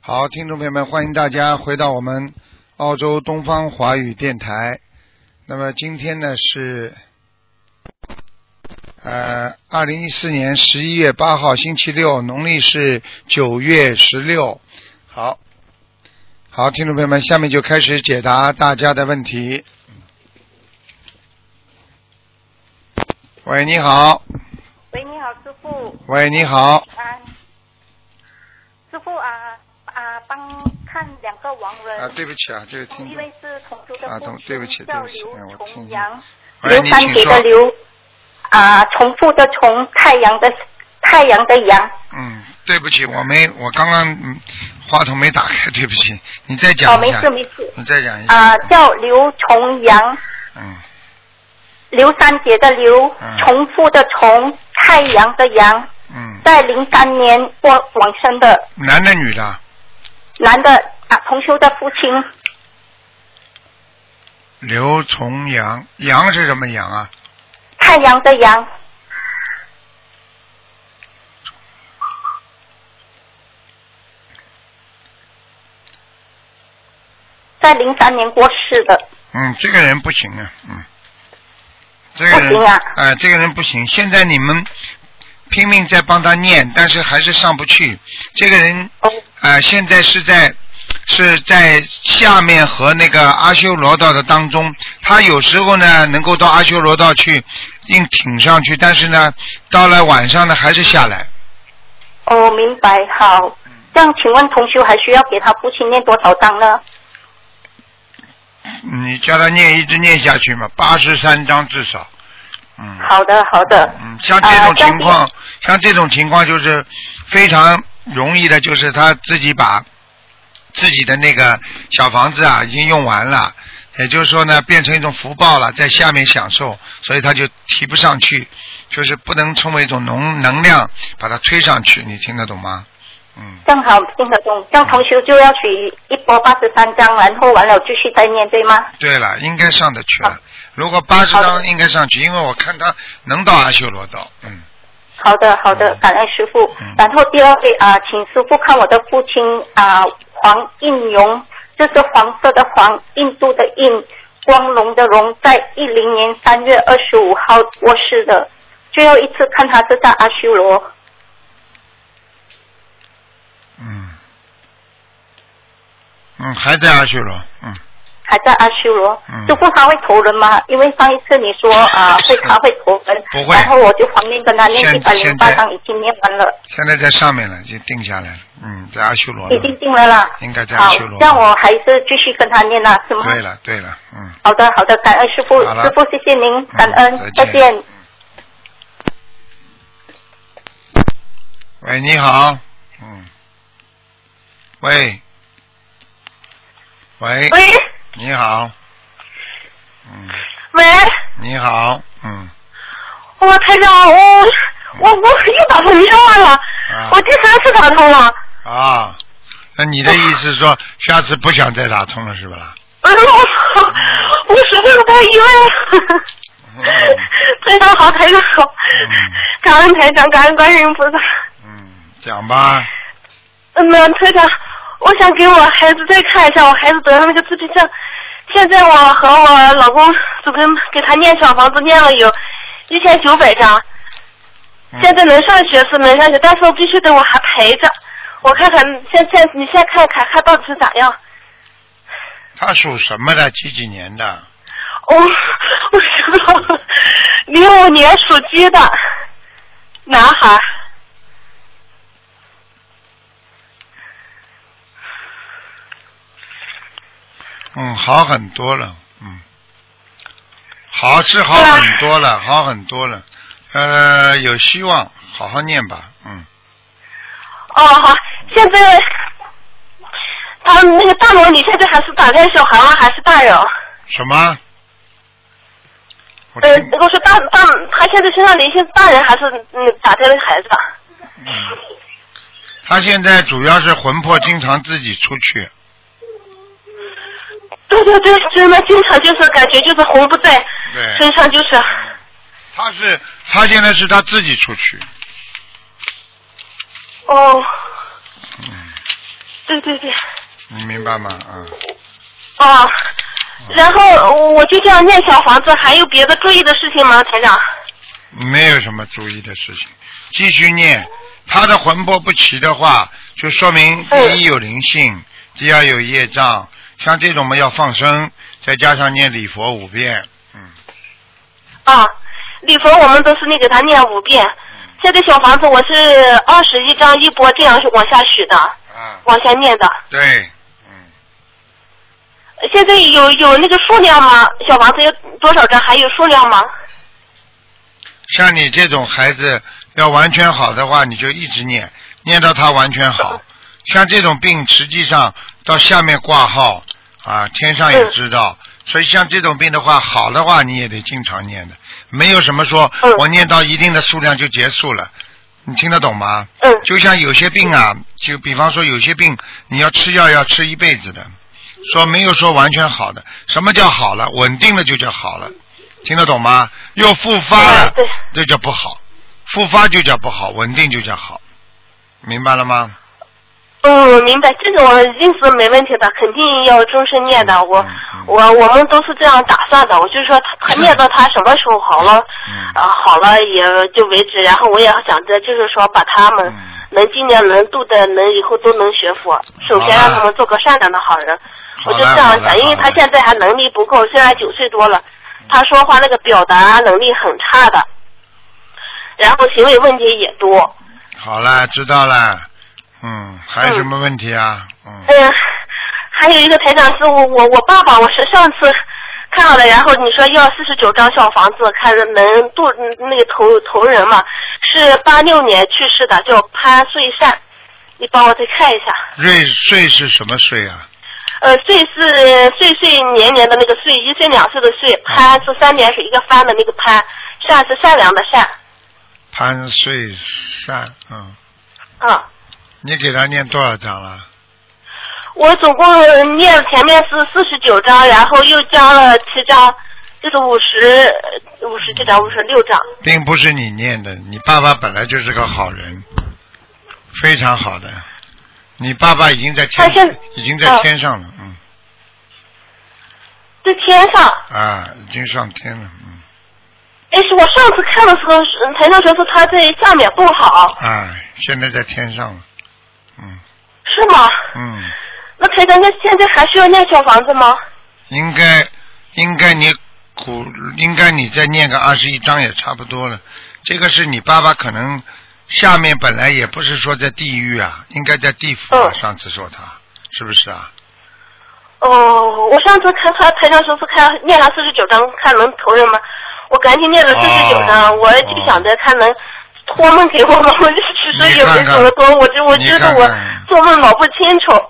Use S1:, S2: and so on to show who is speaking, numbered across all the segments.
S1: 好，听众朋友们，欢迎大家回到我们澳洲东方华语电台。那么今天呢是呃二零一四年十一月八号星期六，农历是九月十六。好，好，听众朋友们，下面就开始解答大家的问题。喂，你好。
S2: 喂，你好，师傅。
S1: 喂，你好。
S2: 啊，师傅啊啊，帮看两个亡人。
S1: 啊，对不起啊，这个听
S2: 一
S1: 众。
S2: 位是同族的
S1: 啊
S2: 父
S1: 同
S2: 亲
S1: 对不起
S2: 叫
S1: 对不起
S2: 刘
S1: 哎我听
S2: 重
S1: 一下
S2: 阳，
S1: 喂，
S2: 刘
S1: 你
S2: 三
S1: 请
S2: 杰的
S1: 说。
S2: 刘，啊，重复的重，太阳的太阳的阳。
S1: 嗯，对不起，我没，我刚刚嗯话筒没打开， 对不起，你再
S2: 哦，
S1: 讲一
S2: 没
S1: 下，
S2: 事没事。
S1: 你再讲一下。
S2: 啊，叫刘重阳，
S1: 嗯，
S2: 刘三杰的刘，
S1: 嗯
S2: 重复的重，太阳的阳，
S1: 嗯
S2: 在零三年过往生的
S1: 嗯，男的女的？
S2: 男的啊，同修的父亲
S1: 刘重阳，阳是什么阳啊？
S2: 太阳的阳，在零三年过世的。
S1: 嗯，这个人不行啊，嗯，这个人
S2: 不行啊
S1: 哎、这个人不行。现在你们拼命在帮他念，但是还是上不去。这个人
S2: 哦
S1: 啊、现在是在是在下面和那个阿修罗道的当中，他有时候呢能够到阿修罗道去硬挺上去，但是呢到了晚上呢还是下来。
S2: 哦，明白，好。这样，请问同修还需要给他父亲念多少章呢？
S1: 嗯你叫他念一直念下去嘛，八十三章至少。嗯，
S2: 好的，好的。
S1: 嗯，像这种
S2: 呃
S1: 情况，像这种情况就是非常容易的，就是他自己把自己的那个小房子啊已经用完了，也就是说呢，变成一种福报了，在下面享受，所以他就提不上去，就是不能成为一种能能量把它推上去，你听得懂吗？嗯，
S2: 这样好听得懂，这样同修就要取一波八十三章，然后完了继续再念，对吗？
S1: 对了，应该上得去了
S2: 好。
S1: 如果八十
S2: 好的
S1: 张应该上去，因为我看他能到阿修罗道，嗯。
S2: 好的，好的，感恩师傅。
S1: 嗯
S2: 然后第二位啊、请师傅看我的父亲啊、黄印荣，这是黄色的黄，印度的印，光荣的荣，在一零年三月二十五号过世的。最后一次看他是在阿修罗。
S1: 嗯，嗯，还在阿修罗，嗯，
S2: 还在阿修罗
S1: 嗯，
S2: 师傅他会投人吗？因为上一次你说啊、会他会投人，
S1: 不会
S2: 然后我就旁边跟他念
S1: 现
S2: 一百零八
S1: 现在
S2: 章，已经念完了。
S1: 现在在上面了，已经定下来了，嗯，在阿修罗了
S2: 已，经定了啦。
S1: 应该在阿
S2: 好
S1: 修罗，
S2: 这样我还是继续跟他念啦，是吗？
S1: 对了，对了，嗯，
S2: 好的，好的，感恩师傅，
S1: 好了
S2: 师傅谢谢您，感恩，
S1: 嗯再
S2: 再
S1: 见
S2: 见。
S1: 喂，你好，嗯，喂，喂，
S3: 喂
S1: 你好，嗯，
S3: 喂，
S1: 你好，嗯，
S3: 我台长，我我我又打通电话了，
S1: 啊
S3: 我第三次打通了。
S1: 啊，那你的意思是说下次不想再打通了是不啦？
S3: 哎呦，我实在是太意外了。
S1: 嗯
S3: 台长好，台长好，感恩台长，感恩观世音菩萨。
S1: 嗯，讲吧，
S3: 嗯，那台长，我想给我孩子再看一下，我孩子得了那个自闭症。现在我和我老公就跟给他念小房子，念了有一千九百张。
S1: 嗯
S3: 现在能上学是能上学，但是我必须得我还陪着，我看看现现你先看看看到底是咋样。
S1: 他属什么的？几几年的？
S3: 我哦我知道了，零五年属鸡的男孩，
S1: 嗯，好很多了，嗯，好是好很多了，好很多了，呃，有希望，好好念吧，嗯，
S3: 哦好，现在他那个大罗，你现在还是打胎小孩吗？还是大人？
S1: 什么？我
S3: 呃
S1: 听，，
S3: 我说大大，他现在身上灵性是大人还是嗯打胎的孩子？
S1: 嗯，他现在主要是魂魄经常自己出去，
S3: 对对对，真的经常就是感觉就是魂不在
S1: 对
S3: 身上，就是
S1: 他是他现在是他自己出去，
S3: 哦。
S1: 嗯，
S3: 对对对，
S1: 你明白吗？啊，
S3: 哦，然后我就这样念小房子，还有别的注意的事情吗，台长？
S1: 没有什么注意的事情，继续念。他的魂魄不齐的话，就说明第一有灵性，第二有业障。像这种嘛要放生，再加上念礼佛五遍，嗯，
S3: 啊，礼佛我们都是那给他念五遍，现在小房子我是二十一章一波这样往下许的，
S1: 啊，
S3: 往下念的。
S1: 对，嗯，
S3: 现在有有那个数量吗？小房子有多少张？还有数量吗？
S1: 像你这种孩子要完全好的话，你就一直念，念到他完全 好。像这种病，实际上到下面挂号啊，天上也知道。
S3: 嗯
S1: 所以像这种病的话，好的话你也得经常念的，没有什么说
S3: 嗯
S1: 我念到一定的数量就结束了。你听得懂吗？
S3: 嗯
S1: 就像有些病啊，就比方说有些病，你要吃药要吃一辈子的，说没有说完全好的。什么叫好了？稳定了就叫好了，听得懂吗？又复发了，
S3: 对
S1: 这叫不好。复发就叫不好，稳定就叫好，明白了吗？
S3: 嗯，明白，这个我认识没问题的，肯定要终身念的。我
S1: 嗯嗯
S3: 我我们都是这样打算的。我就说他他念到他什么时候好了，
S1: 嗯
S3: 啊好了也就为止。然后我也想着就是说把他们
S1: 嗯
S3: 能今年能度的，能以后都能学佛。首先让他们做个善良的好人，
S1: 好了
S3: 我就这样
S1: 好了
S3: 想，因
S1: 好
S3: 为
S1: 嗯
S3: 他
S1: 了
S3: 现在还能力不够，虽然九岁多了，他说话那个表达能力很差的，然后行为问题也多。
S1: 好了，知道了。嗯，还有什么问题啊？嗯，
S3: 嗯，还有一个台长是我我我爸爸，我是上次看了，然后你说要四十九张小房子，看能度嗯那个投投人嘛？是八六年去世的，叫潘穗善，你帮我再看一下。
S1: 瑞税是什么税啊？
S3: 呃，岁是岁岁年年的那个岁，一岁两岁的岁，潘是三点水一个翻的那个潘，善是善良的善，
S1: 潘税善，嗯，
S3: 嗯。
S1: 你给他念多少章了？
S3: 我总共念了前面是四十九章，然后又加了七章，就是五十五十几章，五十六章。
S1: 并不是你念的，你爸爸本来就是个好人，非常好的。你爸爸已经在
S3: 他现
S1: 天，已经在
S3: 哦
S1: 天上了，嗯，
S3: 在天上，
S1: 啊，已经上天了，嗯，
S3: 哎，是我上次看的时候，嗯台上说是他在下面不好，
S1: 啊，现在在天上了，嗯
S3: 是吗？
S1: 嗯，
S3: 那台长，那现在还需要念小房子吗？
S1: 应该应该你古应该你再念个二十一章也差不多了。这个是你爸爸可能下面本来也不是说在地狱啊，应该在地府啊。
S3: 嗯
S1: 上次说他是不是啊？
S3: 哦，我上次看他台上说是看念了四十九章，看能投人吗？我赶紧念了四十九章，
S1: 哦
S3: 我就想着看能托梦给我妈妈，其实有人怎么多，我就我
S1: 你
S3: 觉
S1: 看看
S3: 得我做梦老不清楚。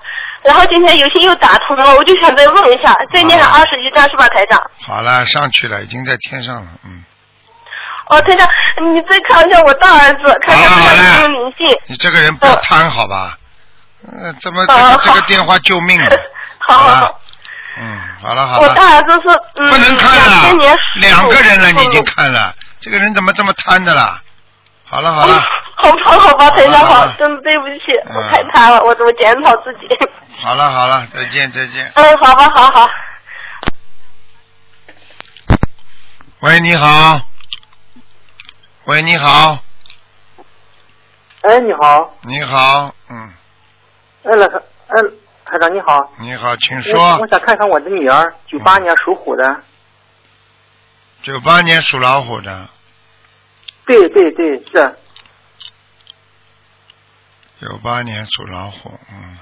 S3: 然后今天有幸又打通了，我就想再问一下，再念了
S1: 啊
S3: 二十一章是吧，台长？
S1: 好了，上去了，已经在天上了，嗯。
S3: 哦，台长，你再看一下我大儿子，看看
S1: 好了好
S3: 他有
S1: 了
S3: 没有灵性。
S1: 你这个人不要贪好吧？呃，怎么这
S3: 啊
S1: 个
S3: 哦好
S1: 这个电话救命的？
S3: 好好
S1: 了
S3: 好，
S1: 嗯，好了好
S3: 我
S1: 了，
S3: 大儿子是嗯，
S1: 不能看
S3: 两
S1: 了
S3: 千年，
S1: 两个人了
S3: 属
S1: 你已经
S3: 兔
S1: 看了，这个人怎么这么贪的啦？好了好了，
S4: 嗯
S3: 好吧，好吧，台长
S1: 好
S3: 好
S1: 了，
S3: 真的对不起，
S1: 嗯
S3: 我太贪了，我我检讨自己。
S1: 好了好了，再见再见。
S3: 嗯，好吧，好好。
S1: 喂，你好。喂，你好，
S5: 哎，你好，
S1: 你好，嗯，
S5: 哎，老师，哎，台长你好，
S1: 你好，请
S5: 我我
S1: 说。
S5: 想看看我的女儿，九八年属虎的，
S1: 九八年属老虎的，
S5: 对对对，是，
S1: 九八年属老虎，嗯，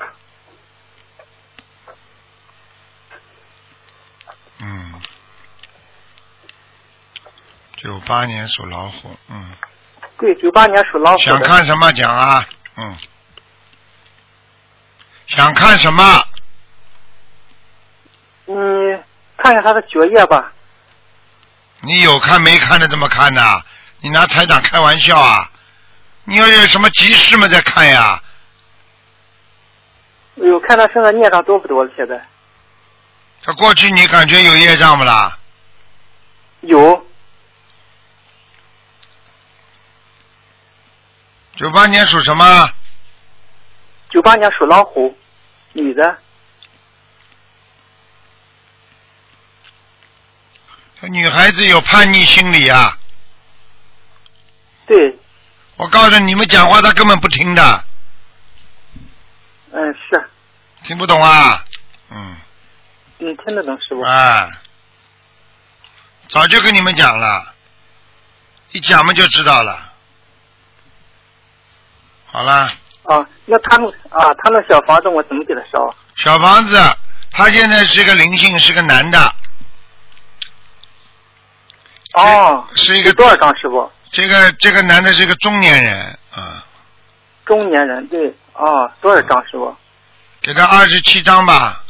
S1: 嗯，九八年属老虎，嗯，
S5: 对，九八年属老虎
S1: 想
S5: 的，
S1: 看什么讲啊？嗯，想看什么？
S5: 嗯，看看她的学业吧，
S1: 你有看没看的这么看呐、你拿台长开玩笑啊？你要有什么急事嘛再看呀？
S5: 哎呦，看她身上孽障多不多了，现在
S1: 他过去你感觉有业障不啦？
S5: 有，
S1: 九八年属什么？
S5: 九八年属老虎，
S6: 女的，
S1: 女孩子有叛逆心理啊！
S6: 对，
S1: 我告诉你们讲话，她根本不听的，
S6: 嗯是，
S1: 听不懂啊？嗯，
S6: 嗯听得懂师傅。
S1: 啊，早就跟你们讲了，一讲嘛就知道了。好了，
S6: 啊，那他们啊，他那小房子我怎么给他烧？
S1: 小房子，他现在是个灵性，是个男的，
S6: 哦，
S1: 是一个
S6: 有多少张师傅？
S1: 这个这个男的是个中年人，啊，
S6: 中年人对，啊，多少张师傅？
S1: 给他二十七张吧，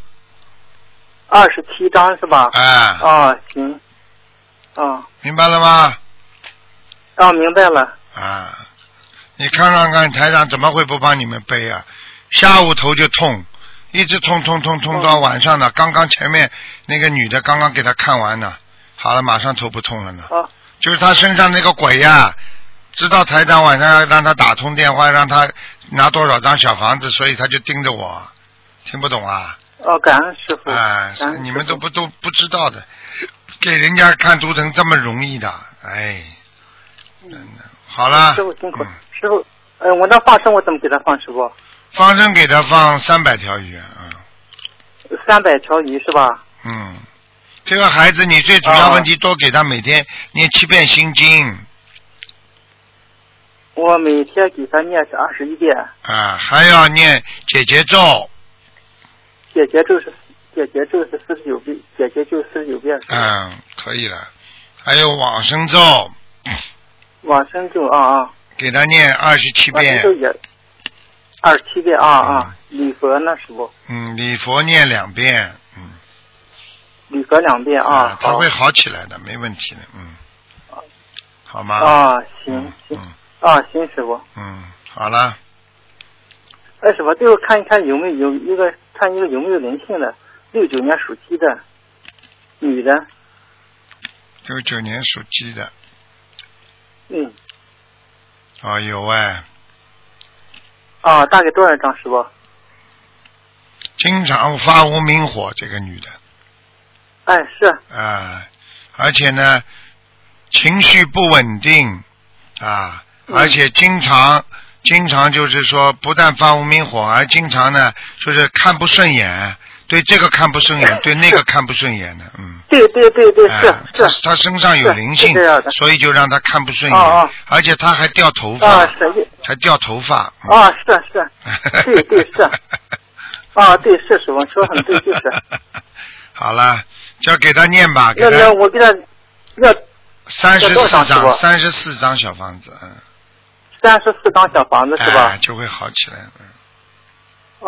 S6: 二十七张是吧？
S1: 哎，
S6: 啊，行，啊
S1: 明白了吗？
S6: 啊，明白了。
S1: 啊，你看看看台长怎么会不帮你们背啊？下午头就痛，一直痛痛痛痛到晚上呢。刚刚前面那个女的刚刚给他看完呢，好了，马上头不痛了呢。
S6: 啊
S1: 就是他身上那个鬼呀、知道台长晚上要让他打通电话，让他拿多少张小房子，所以他就盯着我，听不懂啊？
S6: 啊，感恩师傅。
S1: 啊，
S6: 感恩师傅
S1: 你们都不都不知道的，给人家看图腾这么容易的，哎，真的好了，
S6: 师傅辛苦
S1: 嗯，
S6: 师傅，呃，我那放生我怎么给他放师傅？
S1: 方生给他放三百条鱼，嗯
S6: 三百条鱼是吧？
S1: 嗯，这个孩子你最主要问题多给他每天念七遍心经
S6: 我每天给他念是二十一遍，
S1: 啊，还要念解结咒
S6: 解结咒是解结咒是四十九遍，解结咒四十九遍。
S1: 嗯，可以了，还有往生咒
S6: 往生咒啊啊，
S1: 给他念二十七
S6: 往生咒
S1: 遍，
S6: 也二十七遍啊啊，礼佛呢师傅，
S1: 嗯，礼佛念两遍，嗯
S6: 礼佛两遍啊，
S1: 他
S6: 好
S1: 会好起来的，没问题的，嗯，好吗？
S6: 啊，行
S1: 嗯
S6: 行
S1: 嗯
S6: 啊，行师傅。
S1: 嗯，好了，
S6: 哎，师傅，最后看一看有没有有一个看一个有没有灵性的，六九年属鸡的女的，
S1: 六九年属鸡的，
S6: 嗯，
S1: 哦，有哎，
S6: 啊，大概多少张师傅？
S1: 经常发无名火，这个女的。
S6: 哎，是
S1: 啊，而且呢，情绪不稳定啊，
S6: 嗯
S1: 而且经常经常就是说，不但发无名火，还经常呢就是看不顺眼，对这个看不顺眼，对那个看不顺眼的，嗯。
S6: 对对对对，是
S1: 啊，
S6: 是
S1: 他他身上有
S6: 是
S1: 灵
S6: 是
S1: 性
S6: 这样的，
S1: 所以就让他看不顺眼，
S6: 哦哦
S1: 而且他还掉头发，
S6: 啊，是
S1: 还掉头发。嗯
S6: 啊，是是对对是啊，对是师傅说得很对，就是。 啊
S1: 好了，就给他念吧，给
S6: 那那
S1: 他
S6: 我给他要
S1: 三十
S6: 要多
S1: 四
S6: 少啊
S1: 张，
S6: 张
S1: 三十四张小房子，嗯。
S6: 三十四张小房子是
S1: 哎
S6: 吧？
S1: 就会好起来。嗯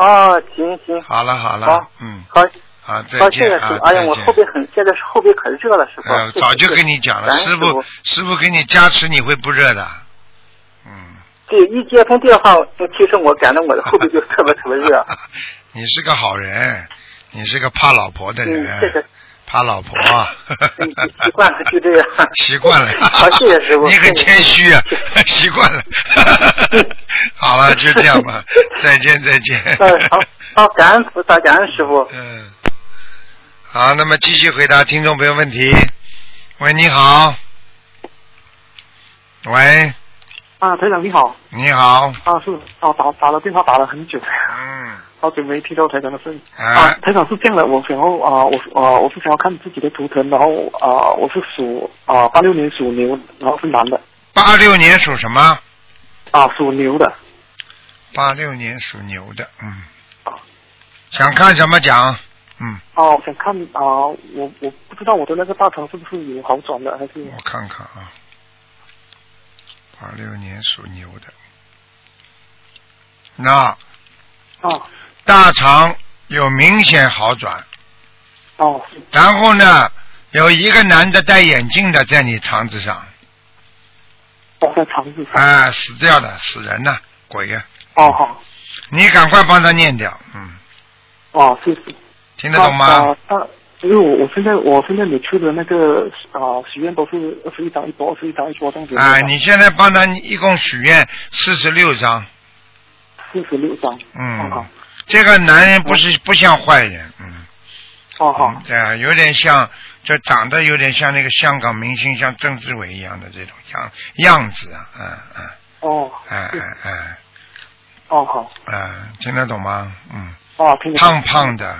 S6: 啊，行行，
S1: 好了好了，
S6: 好
S1: 嗯，
S6: 好
S1: 好，再
S6: 好，谢
S1: 见
S6: 谢师
S1: 啊
S6: 傅。！哎呀，
S1: 再
S6: 我
S1: 见
S6: 后背很现在是后背可热了，师傅
S1: 哎。
S6: 谢谢
S1: 早就
S6: 谢谢
S1: 跟你讲了，
S6: 感恩
S1: 师
S6: 傅
S1: 傅师傅给你加持，你会不热的。嗯，
S6: 对，一接通电话，其实我感到我的后背就特别特别 热。
S1: 你是个好人，你是个怕老婆的人，
S6: 嗯，谢谢，
S1: 怕老婆。
S6: 嗯习惯了就这样
S1: 习惯了。
S6: 好谢谢师傅
S1: 你很
S6: 谢谢
S1: 谦虚 啊，习惯了。 好了，就这样 吧，再见再见。
S6: 嗯，好，好，感恩菩萨，感恩师傅。
S1: 嗯，好，那么继续回答听众朋友问题。喂，你好。喂，
S7: 啊，台长你好，
S1: 你好。
S7: 啊是啊打打了电话打了很久，
S1: 嗯，
S7: 好久没听到台长的声音啊
S1: 啊，。
S7: 台长是这样的，我想要啊，我啊我是想要看自己的图腾，然后啊我是属啊八六年属牛，然后是男的
S1: 八六年属什么？
S7: 啊属牛的
S1: 八六年属牛的，嗯
S7: 啊。
S1: 想看什么讲？嗯，
S7: 啊，我想看啊我我不知道我的那个大肠是不是有好转了，还是
S1: 我看看啊。八六年属牛的，那
S7: 啊
S1: 大肠有明显好转，
S7: 哦
S1: 然后呢，有一个男的戴眼镜的在你肠子上，
S7: 我哦在肠子上
S1: 啊，死掉的，死人了，鬼呀、
S7: 哦好
S1: 你赶快帮他念掉，嗯，
S7: 哦谢谢。
S1: 听得懂吗？
S7: 啊啊因为我我现在我现在每次的那个啊许愿都是二十一张一波，二十一张一波这样子。
S1: 啊，你现在帮他一共许愿四十六张，
S7: 四十六张。啊
S1: 嗯
S7: 好好
S1: 这个男人不是不像坏人，嗯，
S6: 哦好，
S1: 对啊，有点像，就长得有点像那个香港明星，像郑志伟一样的这种样样子啊，嗯嗯
S6: 哦
S1: 嗯嗯嗯
S6: 哦好，
S1: 嗯，听得懂吗？嗯，
S6: 哦听得懂
S1: 胖胖的，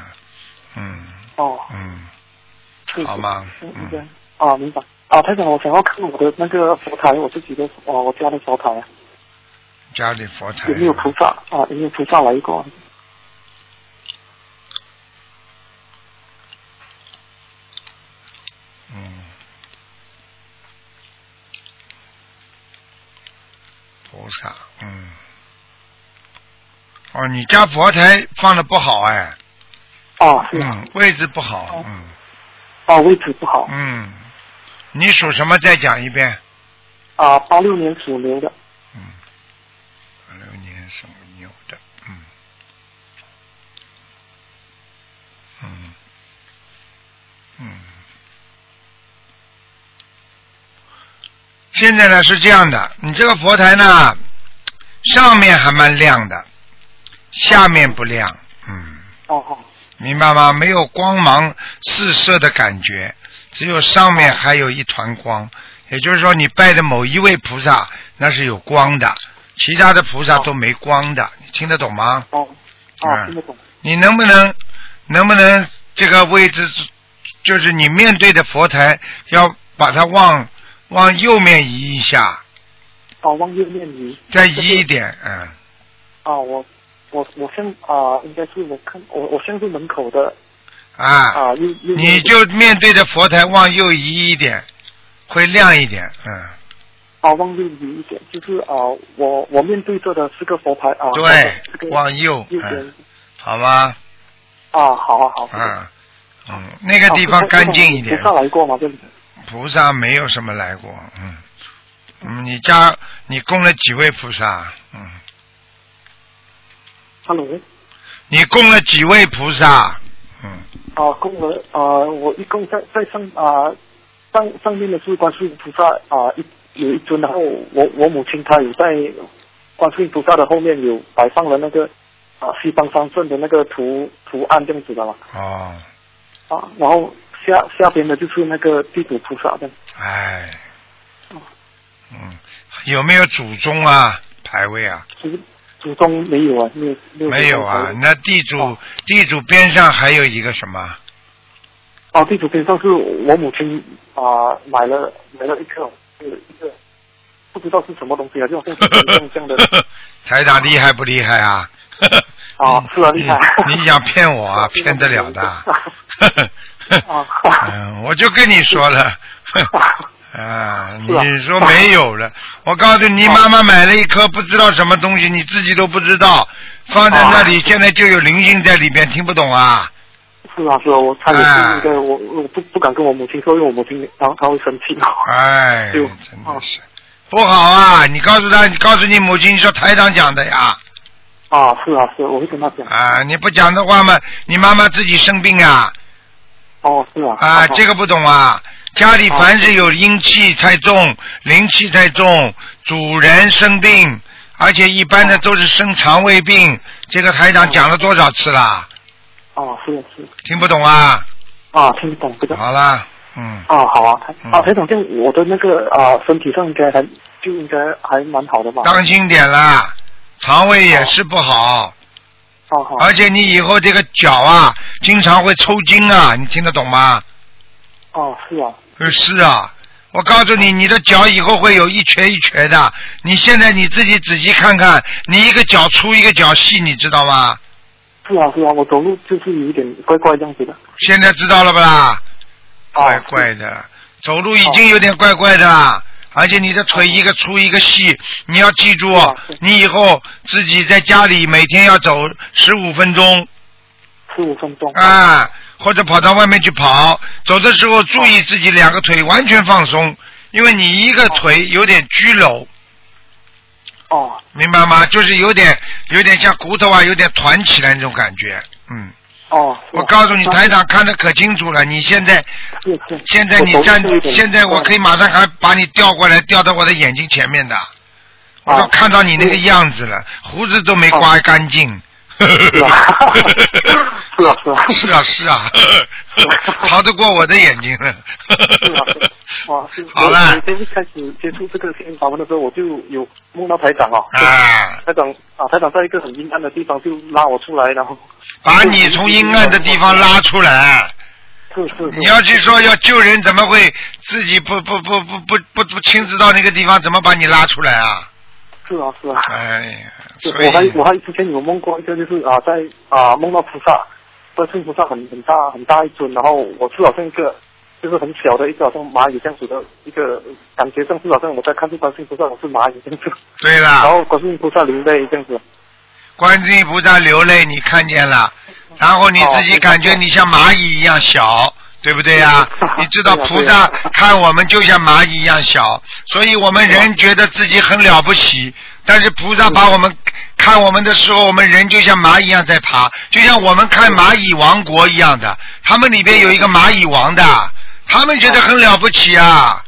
S1: 嗯
S6: 哦，
S1: 嗯，
S6: 谢谢
S1: 好吗？
S6: 嗯
S1: 嗯
S6: 对，啊明白啊，台长，我想要看我的那个佛台，我自己的哦，我家的佛台
S1: 家里佛台
S6: 有没有菩萨啊？有没有菩萨来过？
S1: 嗯，菩萨，嗯，哦，你家佛台放的不好哎，
S6: 啊是
S1: 嗯，位置不好，
S6: 哦
S1: 嗯
S6: 啊位置不好
S1: 嗯，你属什么？再讲一遍。
S6: 啊，八六年属牛的
S1: 嗯，六年属牛的，嗯，嗯，嗯。现在呢是这样的，你这个佛台呢，上面还蛮亮的，下面不亮，嗯，
S6: 哦好
S1: 明白吗？没有光芒四射的感觉，只有上
S6: 哦
S1: 面还有一团光。也就是说，你拜的某一位菩萨，那是有光的，其他的菩萨都没光的。你听得懂吗？
S6: 哦啊
S1: 嗯
S6: 听得懂
S1: 你能不能，能不能这个位置，就是你面对的佛台，要把它往往右面移一下，
S6: 啊望右面移
S1: 再移一点，嗯，
S6: 啊我我我现啊应该是我看我我现在门口的
S1: 啊，
S6: 啊右右面
S1: 你就面对着佛台往右移一点，会亮一点，嗯。
S6: 啊往右移一点，就是啊我我面对着的是个佛牌啊这
S1: 对，
S6: 个
S1: 往右，嗯
S6: 右边，
S1: 好吧，
S6: 啊好啊好
S1: 嗯，嗯，那个地方干净一点
S6: 啊菩，萨来过吗这里
S1: 菩萨没有什么来过，嗯，嗯，你家你供了几位菩萨？嗯，
S6: ？Hello。
S1: 你供了几位菩萨？嗯，
S6: 啊，供了啊，我一共在在上啊上上面的是观世音菩萨啊一有一尊，然后我我母亲她有在观世音菩萨的后面有摆放了那个啊西方三圣的那个图图案这样子的嘛
S1: 哦，
S6: 啊，然后下下边的就是那个地主菩萨的
S1: 哎，嗯，有没有祖宗啊？牌位啊？
S6: 祖祖宗没有啊，没有没有
S1: 没有啊
S6: 祖宗。
S1: 那地主
S6: 哦
S1: 地主边上还有一个什么？
S6: 啊，地主边上是我母亲啊买了买了一个一个不知道是什么东西啊，就好像这样这样的。
S1: 台长厉害不厉害啊？
S6: 哦是啊厉害
S1: 你你想骗我 啊？骗得了的 啊。
S6: 啊
S1: 嗯，我就跟你说 了。啊，
S6: 是啊
S1: 你说没有了？我告诉你，
S6: 啊
S1: 妈妈买了一颗不知道什么东西，你自己都不知道，放在那
S6: 啊
S1: 里，现在就有灵性在里边，听不懂啊？
S6: 是啊，是啊，我差点是那个，我我不不敢跟我母亲说，因为我母亲然后她会生气。
S1: 哎，
S6: 就哦
S1: 真的是不好啊！你告诉他，你告诉你母亲，你说台长讲的呀。
S6: 啊，是啊，是啊，我会跟她讲。
S1: 啊，你不讲的话嘛，你妈妈自己生病啊。
S6: 哦，是啊。
S1: 啊，
S6: 好
S1: 这个不懂啊。家里凡是有阴气太重、灵气太重，主人生病，而且一般
S6: 啊
S1: 的都是生肠胃病。这个台长讲了多少次啦？
S6: 哦，是啊，是啊
S1: 听不懂啊？
S6: 啊，听不懂这个。
S1: 好啦，嗯，
S6: 啊，好啊，台
S1: 嗯
S6: 啊，台长，这样我的那个啊，身体上应该还就应该还蛮好的吧？
S1: 当心点啦，肠胃也是不好，
S6: 啊好
S1: 而且你以后这个脚啊，经常会抽筋啊，你听得懂吗？
S6: 哦，是啊，
S1: 呃是啊，我告诉你，你的脚以后会有一瘸一瘸的。你现在你自己仔细看看，你一个脚粗一个脚细，你知道吗？
S6: 是啊，是啊，我走路就是有一点怪怪这样子的。
S1: 现在知道了不啦？
S6: 啊
S1: 怪怪的，走路已经有点怪怪的啦。而且你的腿一个粗一个细，你要记住
S6: 啊是，
S1: 你以后自己在家里每天要走十五分钟
S6: 十五分钟。
S1: 啊，或者跑到外面去跑。走的时候注意自己两个腿完全放松，因为你一个腿有点拘搂，
S6: 哦
S1: 明白吗？就是有点有点像骨头啊，有点团起来那种感觉。嗯，
S6: 哦。是啊
S1: 我告诉你，台长看得可清楚了。你现在
S6: 是是。
S1: 现在你
S6: 我走路
S1: 站
S6: 是有，点
S1: 现在我可以马上还把你调过来，调到我的眼睛前面的。我都
S6: 啊
S1: 看到你那个样子了，胡子都没刮干净。
S6: 是 啊，是啊，是啊，
S1: 是啊是 啊，逃得过我的眼睛了。
S6: 是啊，哇！是
S1: 好了
S6: 我今天一开始接触这个心灵法门的时候，我就有梦到台长哦，
S1: 啊，
S6: 台长啊，台长在一个很阴暗的地方就拉我出来，然后
S1: 把你从阴暗的地方拉出来。
S6: 是是是，
S1: 你要去说要救人，怎么会自己不不不不不不不亲自到那个地方，怎么把你拉出来啊？
S6: 是啊是啊，
S1: 哎呀，
S6: 是
S1: 所
S6: 我还
S1: 以
S6: 我还之前有梦过一个，就是啊，在啊梦到菩萨，观世音菩萨很很大很大一尊，然后我是好像一个就是很小的一个好像蚂蚁这样子的一个感觉，上是好像我在看这观世音菩萨，我是蚂蚁这样子，
S1: 对
S6: 然
S1: 了，
S6: 后观世音菩萨流泪这样子，啊
S1: 观世音菩萨流泪，你看见了，然后
S6: 哦
S1: 你自己感觉你像蚂蚁一样小。对不对呀、
S6: 对啊
S1: 你知道
S6: 对啊
S1: 菩
S6: 对
S1: 萨
S6: 啊
S1: 看我们就像蚂蚁一样小，所以我们人觉得自己很了不起，但是菩
S6: 嗯
S1: 萨把我们看我们的时候，我们人就像蚂蚁一样在爬，就像我们
S6: 嗯
S1: 看蚂蚁王国一样的，他们里边有一个蚂蚁王的，他们觉得很了不起啊。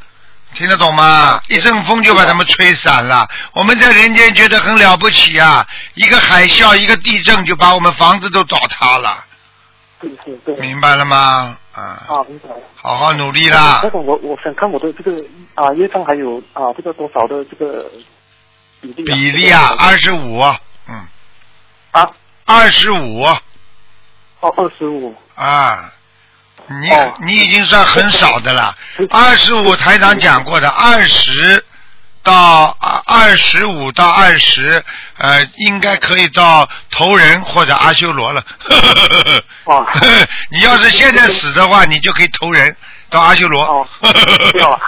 S1: 听得懂
S6: 啊
S1: 吗？一阵风就把他们吹散了。我们在人间觉得很了不起啊，一个海啸，一个地震就把我们房子都倒塌了，
S6: 对是对，
S1: 明白了吗？啊，
S6: 啊明白了。
S1: 好好努力啦
S6: 那！我我想看我的这个啊业障还有啊这个多少的这个比例、
S1: 比例啊，二十五，嗯，
S6: 啊
S1: 二十五
S6: 哦二十五
S1: 啊，你、
S6: 哦
S1: 你已经算很少的了
S6: 是。
S1: 二十五，台长讲过的，二十到二十五到二十，呃，应该可以到头人或者阿修罗了。
S6: 哦
S1: 你要是现在死的话，你就可以投人到阿修罗。
S6: 哦 不 要了
S1: 啊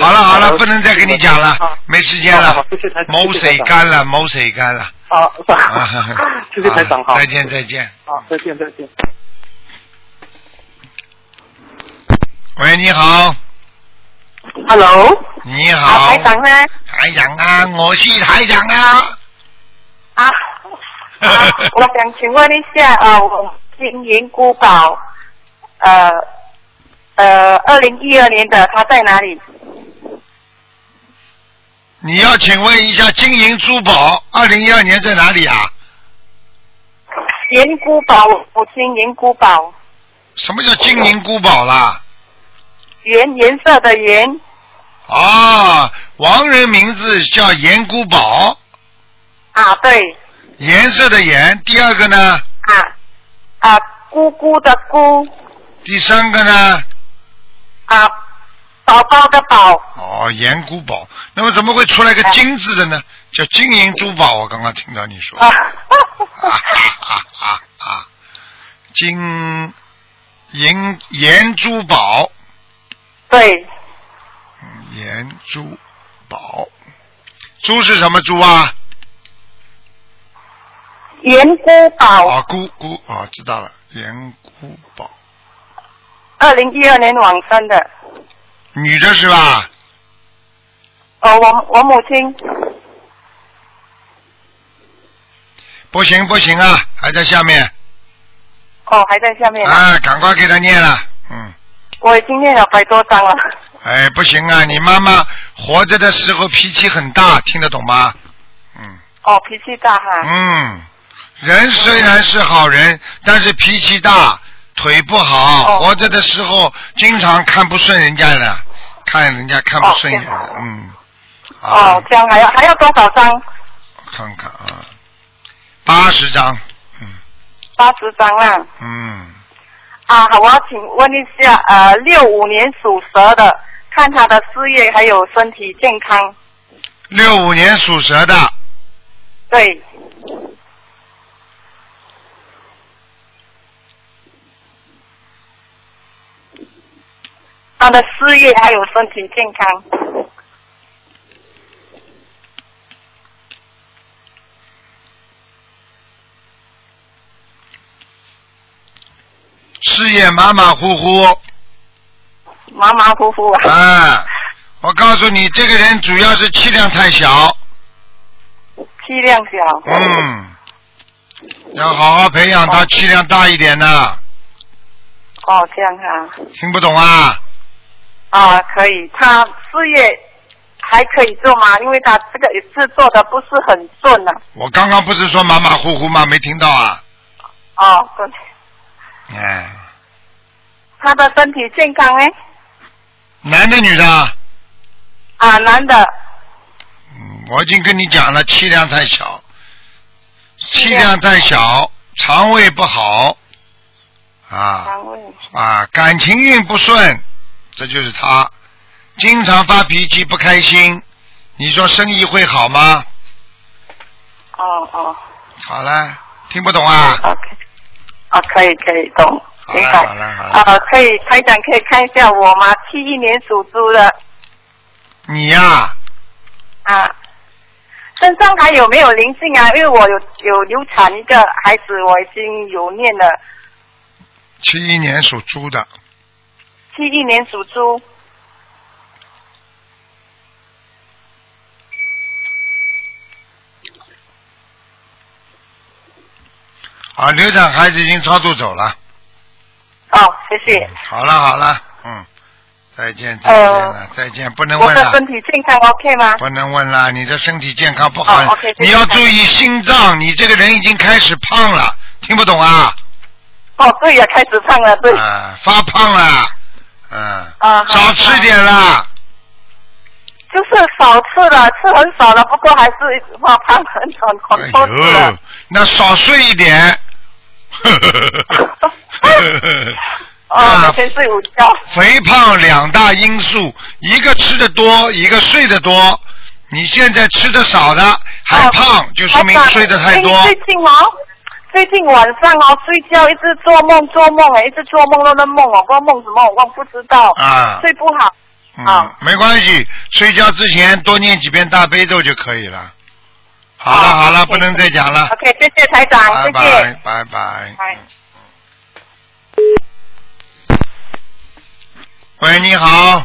S1: 好了好了，不能再跟你讲了
S6: 啊，
S1: 没时间
S6: 好
S1: 了
S6: 好谢谢台，长
S1: 谋
S6: 谢谢
S1: 水
S6: 台长
S1: 干了，谋水干了。
S6: 啊，
S1: 啊
S6: 谢谢台长好，
S1: 再见再见。
S6: 啊再见再见。
S1: 喂，你好，
S8: Hello，
S1: 你
S8: 啊，
S1: 好，
S8: 台长呢？
S1: 台长啊，我是台长啊。
S8: 啊，啊我想请问一下，啊，我金银珠宝，呃呃，二零一二年的，它在哪里？
S1: 你要请问一下，金银珠宝二零一二年在哪里啊？
S8: 银珠宝，我金银珠宝，
S1: 什么叫金银珠宝啦？
S8: 圆颜色的圆，
S1: 啊，王人名字叫颜姑宝，
S8: 啊，对，
S1: 颜色的颜。第二个呢？
S8: 啊啊，姑姑的姑，
S1: 第三个呢？
S8: 啊，宝宝的宝，
S1: 哦，颜姑宝。那么怎么会出来个金字的呢？叫金银珠宝。我刚刚听到 你说。
S8: 啊
S1: 啊，啊啊 啊！金银颜珠宝，
S8: 对，
S1: 嗯颜珠宝，珠是什么珠啊？
S8: 银珠宝，
S1: 啊，姑姑啊，知道了，颜姑宝，
S8: 二零一二年往生的，
S1: 女的是吧？
S8: 哦，我我母亲，
S1: 不行不行啊，还在下面。
S8: 哦，还在下面呢。
S1: 啊，赶快给他念了。嗯，
S8: 我已经念了百多张了。
S1: 哎，不行啊，你妈妈活着的时候脾气很大，听得懂吗？嗯
S8: 哦，脾气大哈。
S1: 嗯，人虽然是好人，但是脾气大，腿不好，
S8: 哦
S1: 活着的时候经常看不顺人家的，看人家看不顺眼的，
S8: 哦
S1: 嗯。啊
S8: 哦，，这样还要还要多少张？
S1: 看看啊，八十张，嗯
S8: 八十张啦。
S1: 嗯，
S8: 啊，好，我要请问一下，呃，六五年属蛇的，看他的事业还有身体健康。
S1: 六五年属蛇的，
S8: 对，他的事业还有身体健康。
S1: 事业马马虎虎，
S8: 马马虎虎啊。
S1: 啊，我告诉你，这个人主要是气量太小，
S8: 气量小。。
S1: 嗯，要好好培养他气量大一点呐，
S8: 哦，这样哈、
S1: 啊听不懂啊？
S8: 啊。可以。他事业
S9: 还可以做吗？因为他这个也是做的不是很顺呢、
S1: 我刚刚不是说马马虎虎吗？没听到啊？
S9: 哦，对，
S1: 哎，
S9: 他的身体健康哎，
S1: 男的女的啊？
S9: 啊，男的，
S1: 嗯，我已经跟你讲了，气量太小，气
S9: 量
S1: 量太小，肠胃不好，啊
S9: 肠胃
S1: 啊，感情运不顺，这就是他，经常发脾气，不开心，你说生意会好吗？
S6: 啊
S9: 哦哦
S1: 好了，听不懂啊？
S9: ，OK，啊，可以可以懂，
S1: 好
S9: 嗯明
S1: 了
S9: 白
S1: 好。了好了，
S9: 啊，可以，台长可以看一下我吗？七一年属猪的
S1: 你呀、
S9: 啊，身上还有没有灵性啊？因为我有有流产一个孩子，我已经有念了。
S1: 七一年属猪的，
S9: 七一年属猪，
S1: 啊，流产孩子已经超度走了。
S9: 哦，谢谢。
S1: 好了好了，嗯，再见再见了、再见，不能
S9: 呃我
S1: 问
S9: 的
S1: 了，
S9: 身体健康 OK 吗？
S1: 不能问了，你的身体健康不好，
S9: 哦，OK，
S1: 你要
S9: 谢谢
S1: 注意心脏，你这个人已经开始胖了，听不懂啊？
S9: 哦，对呀、开始胖了，对。
S1: 啊，发胖了，嗯、
S9: 啊好
S1: 少吃点啦，
S9: 就是少吃了，吃很少了，不过还是一直胖，胖很很
S1: 哎
S9: 很多
S4: 哦
S9: 次了
S1: 呦。，那少睡一点，
S9: 哦，
S1: 啊
S9: 每天睡午觉。
S1: 肥胖两大因素，一个吃的多，一个睡得多。你现在吃的少的还
S9: 啊
S1: 胖，就说明睡得太多
S9: 哎。最近哦，最近晚上哦睡觉一直做梦做梦哎，一直做梦都能梦哦，不知道梦什么我忘不知道，
S1: 啊，
S9: 睡不好。
S1: 嗯
S9: 啊，
S1: 没关系，睡觉之前多念几遍大悲咒就可以了。好了
S9: 啊
S1: 好了，
S9: ，OK
S1: 不能再讲了，
S9: OK，谢谢台长，
S1: 啊拜
S9: 谢
S1: 拜
S9: 谢。
S10: 哎
S1: 拜拜。
S9: 拜
S1: 喂，你好，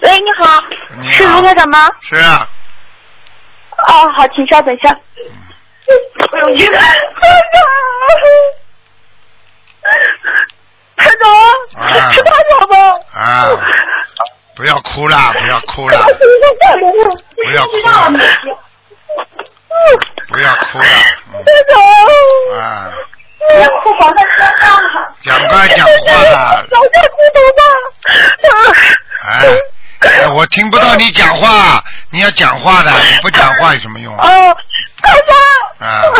S10: 喂，你好，
S1: 你好
S10: 是卢科长吗？
S1: 是啊，
S11: 啊
S10: 哦，好，请稍等一下。哎呦，
S11: 嗯
S10: 你台长，台
S1: 啊
S10: 长，是台长吗？
S1: 啊，不要哭啦，不要哭
S10: 哎
S1: 啦，不要哭啦，不要哭啦，嗯啊，
S10: 不要哭，好像说话。
S1: 讲吧讲话啦，
S10: 早上哭头吧。
S1: 哎，哎我听不到你讲话，你要讲话的，你不讲话有什么用啊？
S10: 哦，台长。
S1: 啊
S10: 我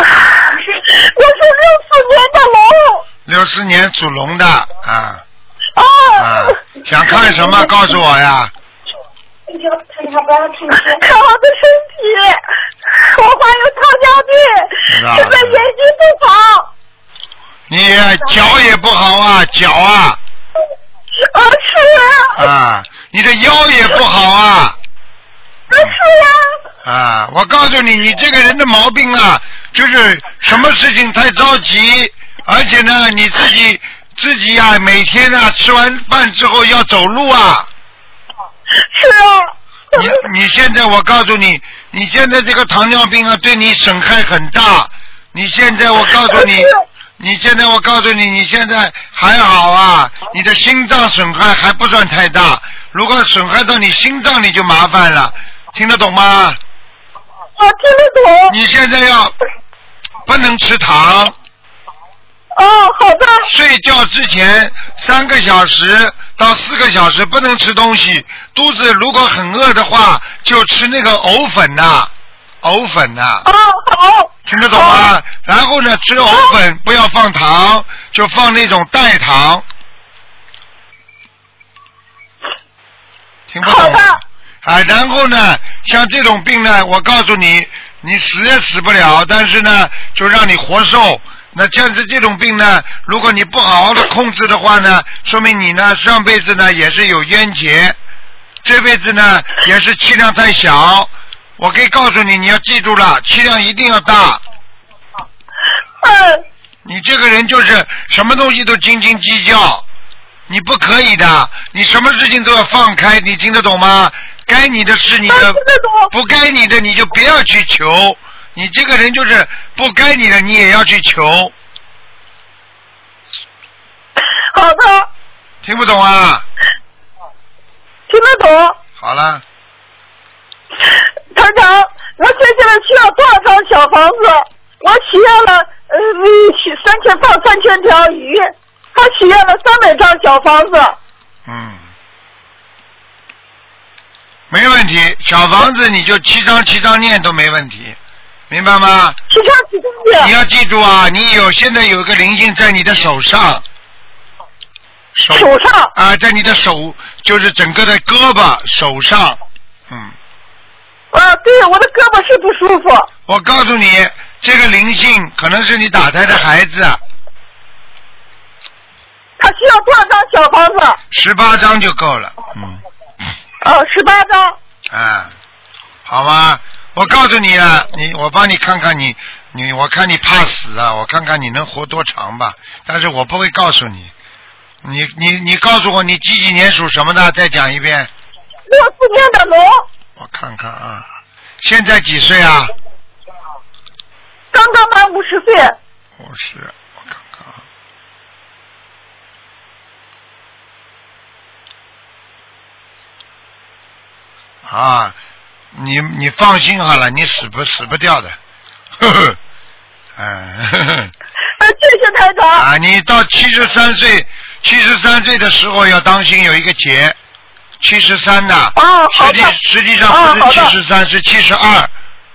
S10: 是六四年的龙。
S1: 六四年属龙的啊啊
S10: 啊，
S1: 想看什么告诉我呀？
S10: 看我的身体，我患有糖尿
S1: 知道
S10: 病，
S1: 了
S10: 现在眼睛不好，
S1: 你脚也不好啊，脚啊
S10: 啊是啊，
S1: 啊，你的腰也不好啊
S10: 啊是啊，
S1: 啊！我告诉你，你这个人的毛病啊，就是什么事情太着急，而且呢，你自己自己呀、每天啊吃完饭之后要走路啊。
S10: 是啊，
S1: 你你现在我告诉你，你现在这个糖尿病啊，对你损害很大。你现在我告诉
S10: 哎
S1: 你，你现在我告诉你，你现在还好啊，你的心脏损害还不算太大。如果损害到你心脏，你就麻烦了，听得懂吗？
S10: 我啊听得懂，
S1: 你现在要不能吃糖，
S10: 哦好的，
S1: 睡觉之前三个小时到四个小时不能吃东西，肚子如果很饿的话，就吃那个藕粉呐、藕粉呐、
S10: 啊好，
S1: 听得懂吗？然后呢，吃藕粉不要放糖，就放那种代糖。听不
S10: 好
S1: 懂
S10: 的。
S1: 啊，然后呢，像这种病呢，我告诉你，你死也死不了，但是呢，就让你活受。那像是这种病呢，如果你不好好的控制的话呢，说明你呢上辈子呢也是有冤结，这辈子呢也是气量太小。我可以告诉你，你要记住了，气量一定要大。
S10: 嗯
S1: 你这个人就是什么东西都斤斤计较，你不可以的，你什么事情都要放开，你听得懂吗？该你的是你
S10: 啊
S1: 的
S10: 听，得懂，
S1: 不该你的你就不要去求。你这个人就是不该你的你也要去求，
S10: 好的，
S1: 听不懂啊？
S10: 听得懂，
S1: 好了，
S10: 团长，我这现在需要多少张小房子？我许愿了，呃，许三千放三千条鱼，他许愿了三百张小房子。
S1: 嗯，没问题，小房子你就七张七张念都没问题，明白吗？
S10: 七张几张念？
S1: 你要记住啊，你有现在有一个灵性在你的手上，手
S10: 手上
S1: 啊、在你的手就是整个的胳膊手上，嗯，
S10: 啊，对，我的胳膊是不舒服。
S1: 我告诉你，这个灵性可能是你打胎的孩子，啊
S10: 他需要多少张小房子？
S1: 十八张就够了，嗯。
S10: 哦，十八张。
S1: 啊，好吗？我告诉你了，你我帮你看看你，你我看你怕死啊，我看看你能活多长吧。但是我不会告诉你，你你你告诉我你几几年属什么的？再讲一遍，
S10: 六四年的龙，
S1: 我看看啊。现在几岁啊？
S10: 刚刚满五十岁。
S1: 五十，我看看啊。啊，你你放心好了，你死不死不掉的， 呵呵， 嗯，呵呵。
S10: 呃，谢谢台长。
S1: 啊，你到七十三岁，七十三岁的时候要当心有一个劫，七十三的，
S10: 哦
S1: 实
S10: 好
S1: 际
S10: 的
S1: 实际上不
S10: 哦好
S1: 是七
S10: 的
S1: 十三，是七十二，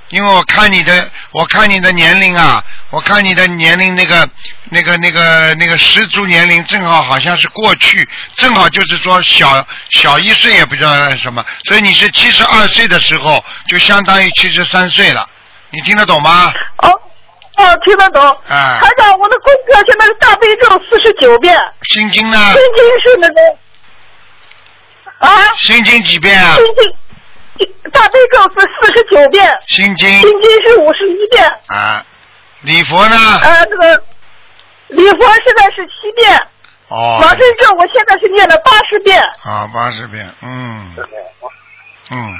S1: 因为我看你的，我看你的年龄啊，我看你的年龄那个那个那个那个十足年龄正好好像是过去，正好就是说小小一岁也不知道什么，所以你是七十二岁的时候，就相当于七十三岁了，你听得懂吗？
S10: 哦哦，听得懂。
S1: 哎
S10: 台长，我的功课现在是大悲咒四十九遍，
S1: 心经呢？
S10: 心经是那个啊，
S1: 心经几遍啊
S10: 心？经大悲咒是四十九遍，
S1: 心经
S10: 心经是五十一遍，
S1: 啊，礼佛呢？
S10: 呃，这个礼佛现在是七遍，
S1: 哦，
S10: 往生咒我现在是念了八十遍。
S1: 啊，八十遍，嗯，嗯，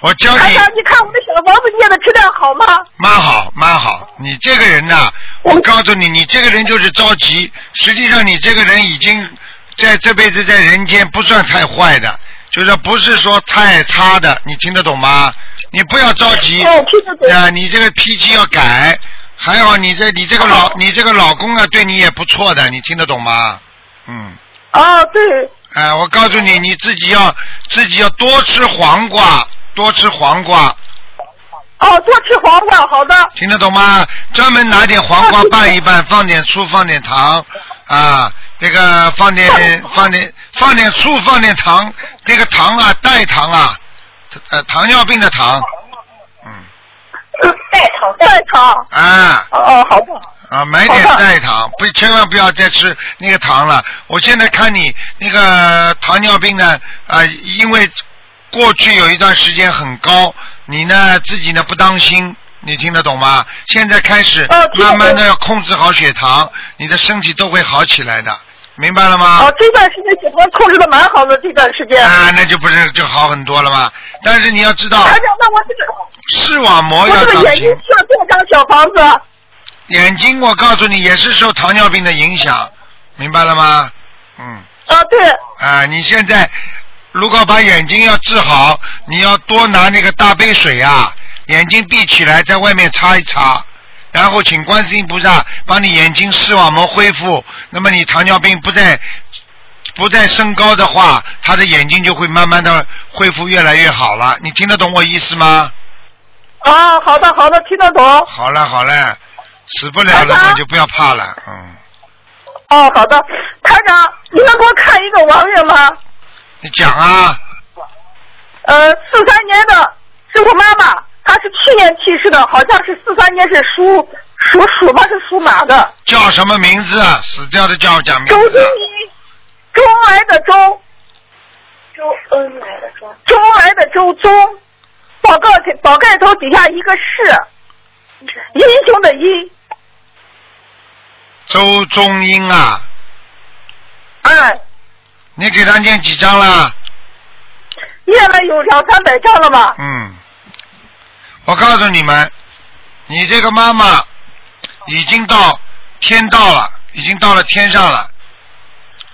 S1: 我教
S10: 台
S1: 你
S10: 长，你看我的小房子念的质量好吗？
S1: 蛮好，蛮好。你这个人呐、我告诉你，你这个人就是着急。实际上，你这个人已经在这辈子在人间不算太坏的，就是不是说太差的。你听得懂吗？你不要着急。
S10: 哦，听得懂。
S1: 啊，你这个脾气要改。还好你这你这个
S10: 哦
S1: 老你这个老公啊，对你也不错的，你听得懂吗？嗯。
S10: 哦，对，
S1: 哎，我告诉你，你自己要自己要多吃黄瓜，多吃黄瓜，
S10: 哦，多吃黄瓜，好的。
S1: 听得懂吗？专门拿点黄瓜拌一拌，放点醋，放点糖，啊，这个放 点放点放点醋，放点糖，这个糖啊，代糖啊，呃，糖尿病的糖， 嗯，
S10: 代糖，代糖。
S1: 啊
S10: 哦，好的。
S1: 啊，买点
S10: 好的
S1: 代糖，不千万不要再吃那个糖了。我现在看你那个糖尿病呢，啊、因为过去有一段时间很高，你呢自己呢不当心，你听得懂吗？现在开始
S10: 哦听
S1: 慢
S10: 得懂
S1: 慢的要控制好血糖，你的身体都会好起来的，明白了吗？
S10: 哦，这段时间血糖控制的蛮好的，这段时间。
S1: 啊，那就不是就好很多了吗？但是你要知道，
S10: 台长，那我这个
S1: 视网膜要
S10: 我这个
S1: 当
S10: 眼睛
S1: 心。
S10: 需要多少张小房子？
S1: 眼睛，我告诉你，也是受糖尿病的影响，明白了吗？嗯。
S10: 啊，对，
S1: 啊，你现在如果把眼睛要治好，你要多拿那个大杯水啊，眼睛闭起来，在外面擦一擦，然后请观世音菩萨帮你眼睛视网膜恢复，那么你糖尿病不再不再升高的话，他的眼睛就会慢慢的恢复越来越好了。你听得懂我意思吗？
S10: 啊，好的，好的，听得懂。
S1: 好了好了，死不了了
S10: 好的
S1: 我就不要怕了，嗯，
S10: 哦，好的，台长，你能给我看一个王人吗？
S1: 你讲啊，
S10: 呃，四三年的是我妈妈，她是去年去世的，好像是四三年是属属鼠吧，是属马的。
S1: 叫什么名字？啊？死掉的叫讲名
S10: 周
S1: 字
S10: 金
S1: 啊。
S10: 一，周来的周，
S3: 周恩来的周，
S10: 周来的周中，宝盖宝盖头底下一个是，
S3: 嗯
S10: 英雄的英，
S1: 周中英啊，
S10: 哎，
S1: 你给他念几张啦？
S10: 念了有两三百张了吧？
S1: 嗯，我告诉你们，你这个妈妈已经到天道了，已经到了天上了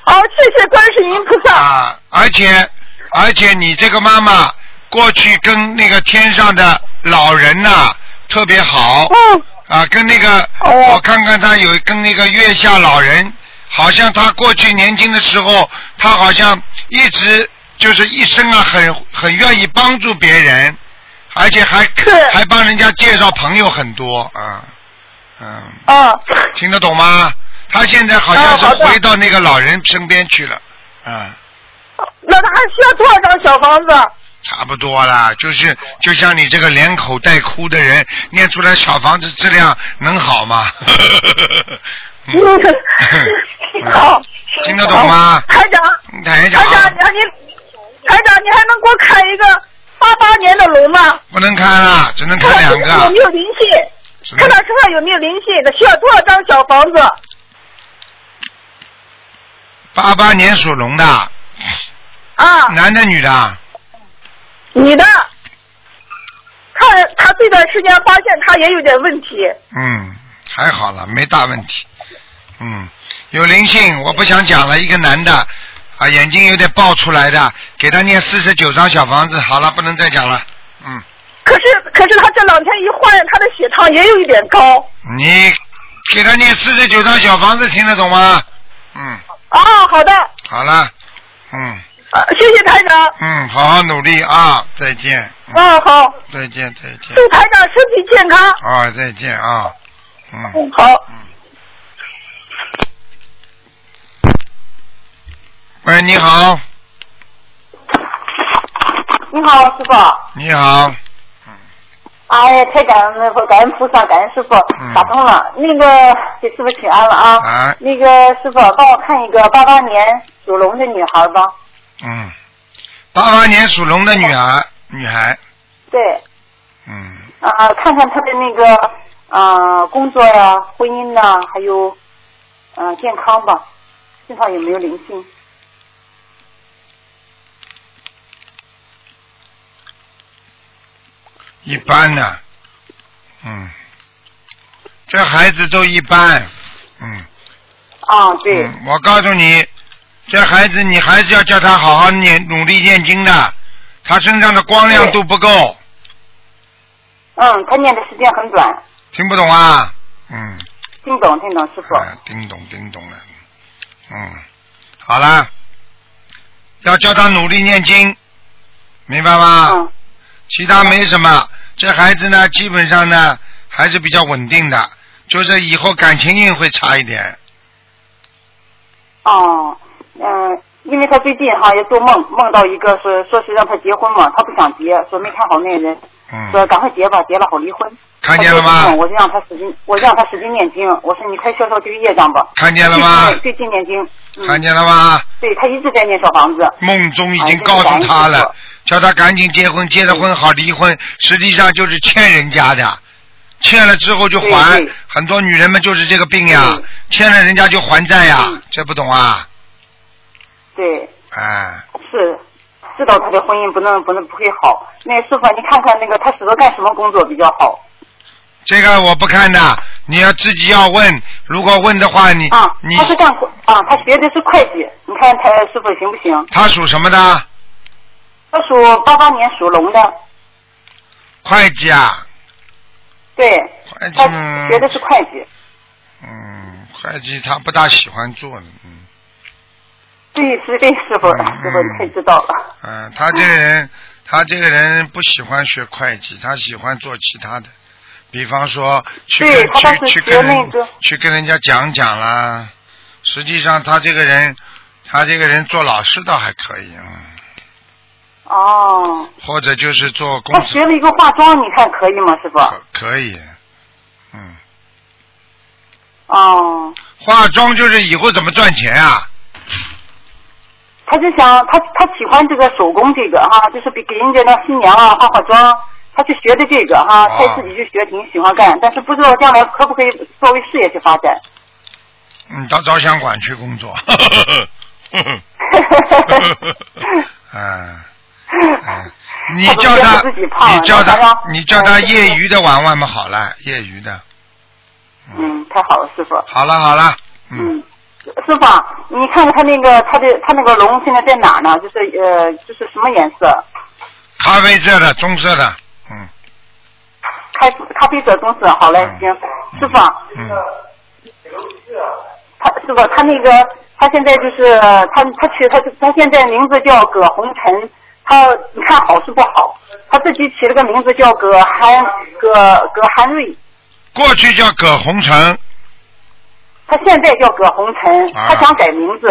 S10: 哦好、谢谢观世音菩萨。
S1: 啊！而且而且你这个妈妈过去跟那个天上的老人呐、特别好，
S11: 嗯
S1: 啊，跟那个
S11: 哦
S1: 我看看他有跟那个月下老人，好像他过去年轻的时候，他好像一直就是一生啊，很很愿意帮助别人，而且还还帮人家介绍朋友很多啊，嗯，
S11: 啊，
S1: 听得懂吗？他现在好像
S11: 啊
S1: 是
S11: 好的
S1: 回到那个老人身边去了，啊。
S11: 那他还需要多少张小房子？
S1: 差不多啦，就是就像你这个连口带哭的人，念出来小房子质量能 好吗？嗯
S11: 好，
S1: 听得懂吗啊
S11: 好哦台长，
S1: 台
S11: 台长，
S1: 长
S11: 你还你，台长，你还能给我看一个八八年的龙吗？
S1: 不能看了，只能看
S11: 看
S1: 两
S11: 看有没
S1: 个。
S11: 有灵性，看看身上有没有灵性的，需要多少张小房子？
S1: 八八年属龙的，
S11: 啊，
S1: 男的女的？
S11: 女的，看她这段时间发现她也有点问题，
S1: 嗯，还好了，没大问题。嗯，有灵性，我不想讲了。一个男的，啊，眼睛有点爆出来的，给他念四十九张小房子。好了，不能再讲了。嗯。
S11: 可是可是她这两天一化验，她的血糖也有一点高。
S1: 你给他念四十九张小房子，听得懂吗？嗯，
S11: 啊，好的，
S1: 好了，嗯
S11: 啊谢谢台长。
S1: 嗯，好好努力啊，再见，
S11: 啊，好，
S1: 再见，再见，
S11: 祝台长身体健康。
S1: 啊，再见啊，嗯，
S11: 嗯，好，
S1: 喂，你好，
S9: 你好，师傅。
S1: 你好，
S9: 哎呀，太感恩了，感恩菩萨，感恩师傅
S1: 嗯，
S9: 打通了。那个给师傅请安了啊。
S1: 哎
S9: 那个师傅，帮我看一个八八年属龙的女孩吧。
S1: 嗯，八八年属龙的女孩，女孩，
S9: 对，
S1: 嗯，
S9: 啊、看看她的那个呃工作呀、婚姻呐，还有呃健康吧，身上有没有灵性？
S1: 一般的，嗯，这孩子都一般，嗯，
S9: 啊，对，
S1: 嗯，我告诉你，这孩子你还是要叫他好好念，努力念经的，他身上的光亮度不够，
S9: 嗯，她念的时间很短，
S1: 听不懂啊？嗯，
S9: 听懂听懂，师傅。
S1: 哎叮咚叮咚的，嗯，好啦，要叫他努力念经，明白吗？
S9: 嗯
S1: 其他没什么，这孩子呢，基本上呢还是比较稳定的，就是以后感情运会差一点，
S9: 哦，嗯、因为他最近哈也做梦，梦到一个是说是让他结婚嘛，他不想结，说没看好那个人，说
S1: 嗯，
S9: 赶快结吧，结了好离婚。
S1: 看见了
S9: 他说
S1: 吗
S9: 不？我就让他使劲，我就让他使劲念经。我说你快消消这个业障吧。
S1: 看见了吗？
S9: 最近念经，嗯、
S1: 看见了吗？
S9: 对他一直在念小房子。
S1: 梦中已经告诉他了，叫他赶紧结婚，结了婚好离婚，实际上就是欠人家的，欠了之后就还
S9: 对对。
S1: 很多女人们就是这个病呀
S9: 对，
S1: 欠了人家就还债呀
S9: 嗯，
S1: 这不懂啊？
S9: 对，
S1: 哎，
S9: 是知道他的婚姻不能不能不会好。那师傅，你看看那个他适合干什么工作比较好？
S1: 这个我不看的，你要自己要问。如果问的话，你
S9: 啊，
S1: 你
S9: 他是干啊，他学的是会计，你看他师傅行不行？
S1: 他属什么的？
S9: 他属八八年属龙的，
S1: 会计啊，
S9: 对，
S1: 会计
S9: 他
S1: 嗯
S9: 学的是会计，
S1: 嗯，会计他不大喜欢做的，嗯。
S9: 对，是对师傅，
S1: 嗯
S9: 师傅你太知道了，
S1: 嗯，他这个人，他这个人不喜欢学会计，他喜欢做其他的，比方说去
S9: 对
S1: 跟
S9: 他当
S1: 去
S9: 时
S1: 去
S9: 学
S1: 跟人
S9: 那个
S1: 去跟人家讲讲啦。实际上，他这个人，他这个人做老师倒还可以，嗯，
S9: 哦，
S1: 或者就是做公
S9: 他
S1: 司
S9: 学了一个化妆，你看可以吗，师傅？
S1: 可可以，嗯，
S9: 哦，
S1: 化妆就是以后怎么赚钱啊？
S9: 他就想他他喜欢这个手工这个哈、就是比给人家那新娘啊化化妆。他去学的这个哈，
S1: 哦
S9: 他自己就学，挺喜欢干，但是不知道将来可不可以作为事业去发展。
S1: 嗯，到照相馆去工作，嗯。嗯你
S9: 他不
S1: 叫
S9: 是
S1: 他，
S9: 自己胖
S1: 你叫
S9: 然后
S1: 他
S9: 他，
S1: 你叫他
S9: 嗯就是
S1: 业余的玩玩嘛，好了，业余的，
S9: 嗯，太好了，师傅。
S1: 好了好了，嗯，
S9: 嗯，师傅啊，你看看他那个他的他那个龙现在在哪儿呢？就是呃，就是什么颜色？
S1: 咖啡色的、棕色的，嗯，
S9: 开咖啡色棕色，好嘞，行，师傅啊，
S1: 嗯
S9: 他师傅他那个他现在就是他他取他他现在名字叫葛红尘，他你看好是不好？他自己起了个名字叫葛韩葛葛韩瑞，
S1: 过去叫葛红尘
S9: 他现在叫葛红尘，他想改名字。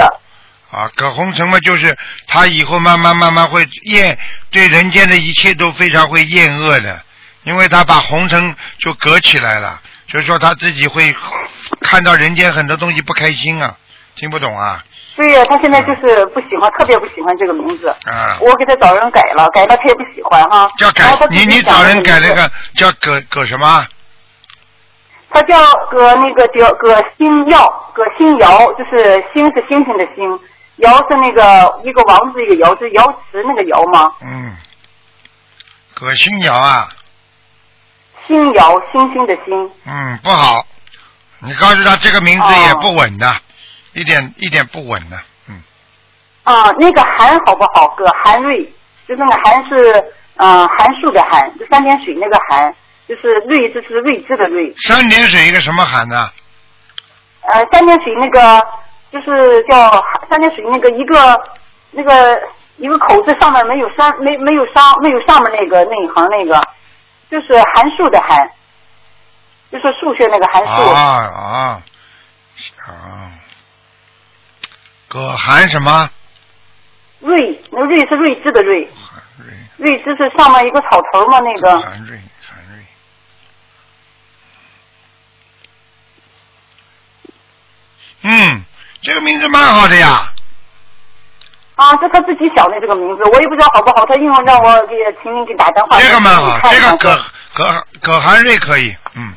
S1: 啊，葛红尘嘛，就是他以后慢慢慢慢会厌对人间的一切都非常会厌恶的，因为他把红尘就隔起来了，所以说他自己会看到人间很多东西不开心啊，听不懂啊
S9: 对呀，他现在就是不喜欢，特别不喜欢这个名字。
S1: 啊！
S9: 我给他找人改了，改了他也不喜欢哈。
S1: 叫
S9: 然
S1: 改
S9: 后他自己
S1: 你你
S9: 想
S1: 找人
S9: 名字
S1: 改了个叫葛葛什么？
S9: 他叫葛那个叫葛新耀，葛新尧，就是星是星星的星，尧是那个一个王字一个尧，是瑶池那个尧吗？
S1: 嗯，葛新瑶啊，
S9: 星尧，星星的星。
S1: 嗯，不好，你告诉他这个名字也不稳的，一点一点不稳的，嗯，
S9: 啊，那个韩好不好？葛韩瑞，就那个韩是嗯、呃、函数的韩，就三点水那个韩，就是睿，就是睿智的睿。
S1: 三点水一个什么喊呢？
S9: 呃，三点水那个就是叫三点水那个一个那个一个口字上面没有山没没有上没有上面那个那一行那个，就是函数的函，就是数学那个函
S1: 啊
S9: 数。
S1: 啊啊！葛寒什么？
S9: 睿，那个睿是睿智的睿，
S1: 瑞啊
S9: 睿智是上面一个草头嘛那个。
S1: 韩瑞韩瑞。嗯，这个名字蛮好的呀。
S9: 啊，这他自己想的这个名字，我也不知道好不好。他因为让我给请你给打电话，
S1: 这个蛮好，
S9: 看一
S1: 这
S9: 看
S1: 个葛葛葛韩瑞可以，嗯。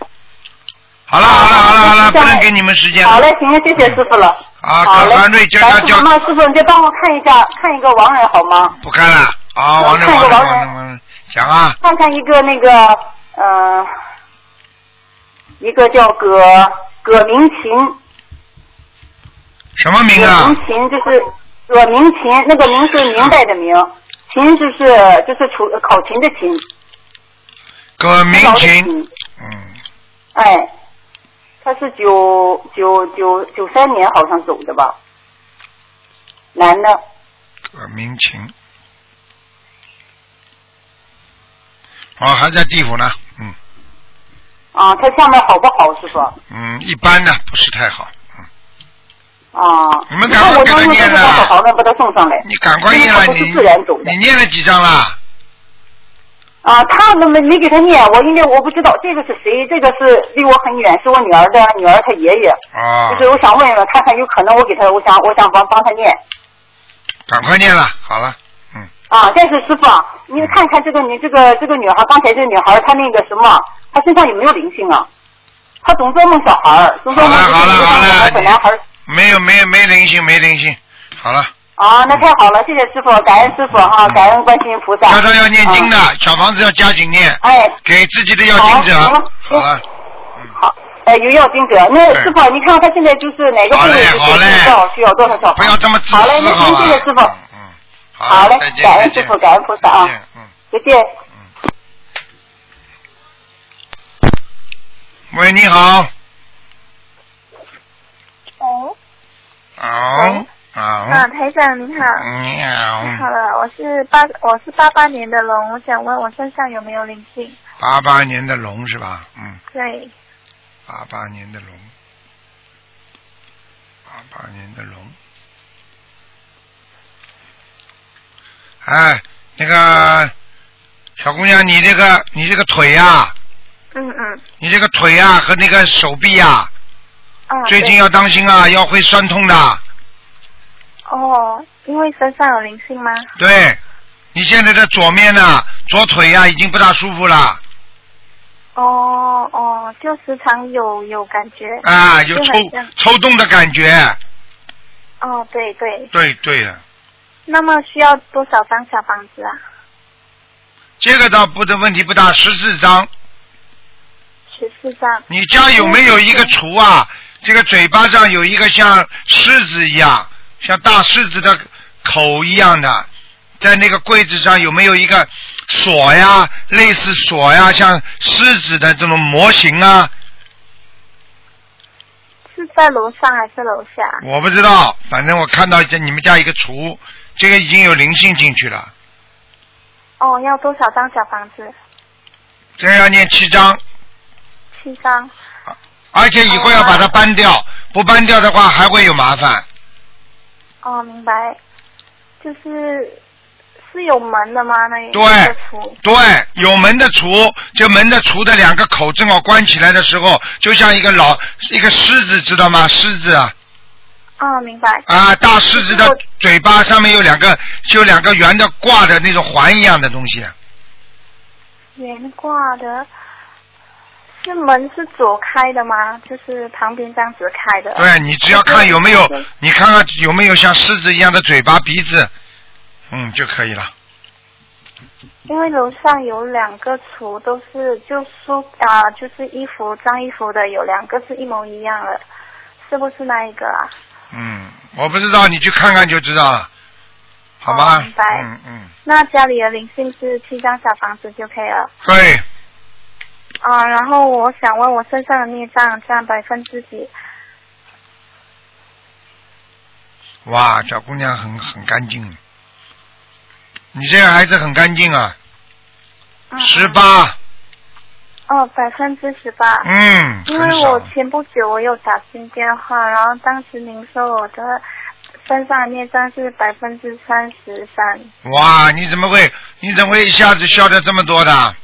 S1: 好了好了好了好了，不能给你们时间
S9: 好
S1: 了
S9: 嘞，行，谢谢师傅了。
S1: 啊！
S9: 好嘞
S1: 葛韩瑞，叫他
S9: 白
S1: 叫
S9: 妈妈，师傅，你再帮我看一下，看一个亡人好吗？
S1: 不看了啊！王六
S9: 看一
S1: 王
S9: 个
S1: 六
S9: 王人
S1: 王六王六，讲啊，
S9: 看看一个那个，呃，一个叫葛葛明琴，
S1: 什么名
S9: 葛
S1: 啊？
S9: 明琴就是葛明琴，那个明是明白的明，琴就是就是楚呃考勤的勤，
S1: 葛明
S9: 老的
S1: 琴，
S9: 琴。
S1: 嗯。
S9: 哎，他是九九九九三年好像走的吧，男的，
S1: 葛明琴。哦，还在地府呢，嗯
S9: 啊，他下面好不好，师傅？
S1: 嗯，一般的，不是太好。
S9: 啊，
S1: 你们赶
S9: 那
S1: 快
S9: 我
S1: 给
S9: 能
S1: 他
S9: 不能
S1: 念
S9: 给他
S1: 了
S9: 好好的把他送上来？
S1: 你赶快念
S9: 因为
S1: 了，
S9: 他不
S1: 你
S9: 是自然走的
S1: 你念了几张啦？
S9: 啊，他们没没给他念，我因为我不知道这个是谁，这个是离我很远，是我女儿的女儿她爷爷，
S1: 哦
S9: 就，是我想问问，看看有可能我给他，我想我想帮帮他念。
S1: 赶快念了，好了，
S9: 啊，但是师傅啊，你看看这个女这个这个女孩，刚才这个女孩她那个什么，她身上有没有灵性啊？她总做梦小孩儿，总做梦
S1: 好了
S9: 就是
S1: 好了好了
S9: 小男孩儿。
S1: 没有没有没灵性没灵性，好了，
S9: 啊，那太好了，谢谢师傅，感恩师傅哈、感恩观世音菩萨。
S1: 叫他要念经的
S9: 嗯，
S1: 小房子要加紧念，
S9: 哎，
S1: 给自己的要经者
S9: 好行了，
S1: 好了，
S9: 呃，有要经者，那
S1: 对
S9: 师傅啊，你看他现在就是哪个部
S1: 好
S9: 位
S1: 嘞
S9: 就是
S1: 好嘞
S9: 需要需要多少小
S1: 不
S9: 房？
S1: 要这么自私，
S9: 好嘞，
S1: 好
S9: 那
S1: 吧
S9: 您？谢谢师傅，
S1: 嗯好
S9: 嘞
S1: 再，见
S9: 感
S1: 再
S9: 恩师
S1: 见
S9: 傅，感恩菩萨
S1: 再
S9: 啊，
S1: 见，嗯。
S9: 再见。
S1: 喂，你好。
S12: 哦，
S1: 哦
S12: 啊，
S9: 嗯
S1: 哦，
S12: 台长您好，
S1: 嗯
S12: 太好
S1: 喵！
S12: 了，我是八我是八八年的龙，我想问我身上有没有灵性？
S1: 八八年的龙是吧？嗯，
S12: 对，
S1: 八八年的龙，八八年的龙。哎，那个小姑娘，你这个你这个腿呀、
S12: 嗯嗯，
S1: 你这个腿呀、和那个手臂呀、
S12: 啊，
S1: 最近
S12: 对
S1: 要当心啊，要会酸痛的。
S12: 哦，因为身上有灵性吗？
S1: 对，你现在的左面呢、左腿呀、已经不大舒服了
S12: 哦哦，就时常有有感觉，
S1: 啊，有
S12: 就
S1: 抽
S12: 很像，
S1: 抽动的感觉。
S12: 哦对对，
S1: 对对了，
S12: 那么需要多少张小房子啊？
S1: 这个倒不的问题不大，十四张。
S12: 十四张，
S1: 你家有没有一个厨啊？这个嘴巴上有一个像狮子一样，像大狮子的口一样的，在那个柜子上有没有一个锁呀，类似锁呀，像狮子的这种模型啊？
S12: 是在楼上还是楼下？
S1: 我不知道，反正我看到在你们家一个橱，这个已经有灵性进去了，
S12: 哦，要多少张小房子？
S1: 这个要念七章，
S12: 七张。
S1: 而且以后要把它搬掉，不搬掉的话还会有麻烦。
S12: 哦，明白。就是是有门的吗？那一个
S1: 对
S12: 图
S1: 对，有门的橱，这门的橱的两个口正好关起来的时候，就像一个老一个狮子，知道吗？狮子啊
S12: 哦，明白。
S1: 啊，大狮子的嘴巴上面有两个，就两个圆的挂的那种环一样的东西，啊
S12: 悬挂的，是门是左开的吗？就是旁边这样子开的。
S1: 对你只要
S12: 嗯
S1: 看有没有，你看看有没有像狮子一样的嘴巴、鼻子，嗯就可以了。
S12: 因为楼上有两个橱，都是就书啊、就是衣服脏衣服的，有两个是一模一样的，是不是那一个啊？
S1: 嗯，我不知道，你去看看就知道了，好吧？
S12: 哦明白
S1: 嗯嗯，
S12: 那家里的灵性是七张小房子就可以了
S1: 对，
S12: 啊、然后我想问我身上的孽障占百分之几？
S1: 哇，小姑娘很很干净，你这个孩子很干净啊，
S12: 嗯
S1: 十。八，
S12: 哦，百分之十八。
S1: 嗯，
S12: 因为
S1: 很少
S12: 我前不久我有打进电话，然后当时您说我的身上的孽障是百分之三十三，
S1: 哇，你怎么会你怎么会一下子消掉这么多的？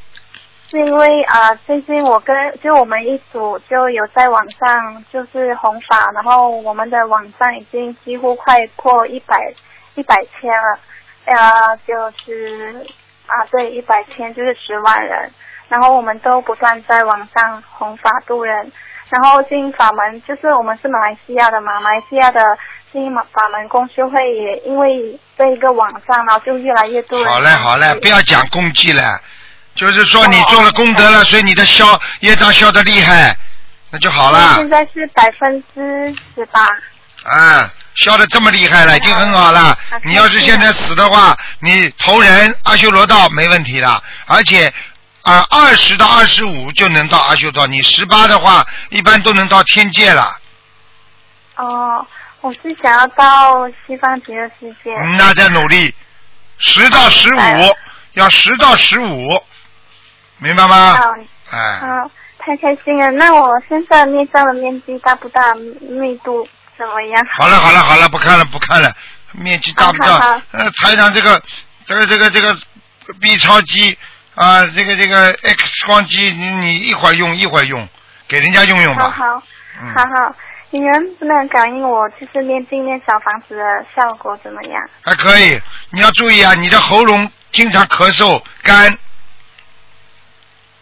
S12: 是因为啊、呃最近我跟就我们一组就有在网上就是弘法，然后我们的网站已经几乎快破一百一百千了，呃，就是啊，对，一百千就是十万人，然后我们都不断在网上弘法度人，然后经营法门就是我们是马来西亚的嘛，马来西亚的经营法门公修会也因为这一个网上，然后就越来越多人
S1: 好嘞好嘞，不要讲功绩了，就是说
S12: 哦
S1: 你做了功德了，所以你的消业障消的厉害，那就好
S12: 因为
S1: 了
S12: 现，在是百分之十八。
S1: 啊，消的这么厉害了，已经很哎好啊了。你要是现在死的话，你投人阿修罗道没问题了，而且。啊，二十到二十五就能到阿修道，你十八的话，一般都能到天界了。
S12: 哦，我是想要到西方极乐世界。
S1: 嗯哎那在努力，十到十五，要十到十五，明白吗？
S12: 嗯
S1: 哎，
S12: 啊，太开心了！那我身上面上的面积大不大？密度怎么样？
S1: 好了好了好了，不看了不看了，面积大不
S12: 好好
S1: 大
S12: 好？
S1: 呃，台长这个这个这个这个 B 超机啊，这个这个 X 光机，你你一会儿用一会儿用，给人家用用
S12: 好
S1: 吧。
S12: 好，
S1: 嗯
S12: 好好。你能不能感应我就是念经念小房子的效果怎么样？
S1: 还可以，你要注意啊，你的喉咙经常咳嗽、干、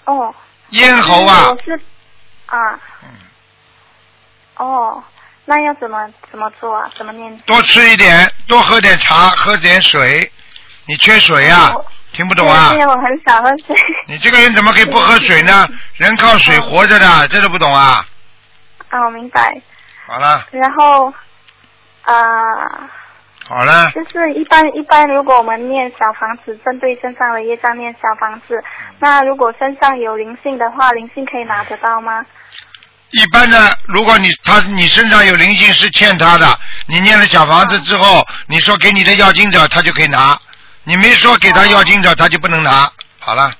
S12: 哦，
S1: 咽喉啊嗯
S12: 我，是啊。哦，那要怎么怎么做啊？怎么念？
S1: 多吃一点，多喝点茶，喝点水。你缺水啊？听不懂啊？
S12: 嗯对，嗯我很少喝水。
S1: 你这个人怎么可以不喝水 呢？人靠水活着的，这都不懂啊！
S12: 啊，我明白。
S1: 好了，
S12: 然后，啊、
S1: 好了，
S12: 就是一般一般，如果我们念小房子，针对身上的业障念小房子，那如果身上有灵性的话，灵性可以拿得到吗？
S1: 一般的，如果你他你身上有灵性是欠他的，你念了小房子之后，你说给你的要经者，他就可以拿；你没说给他要经者，他就不能拿。好了，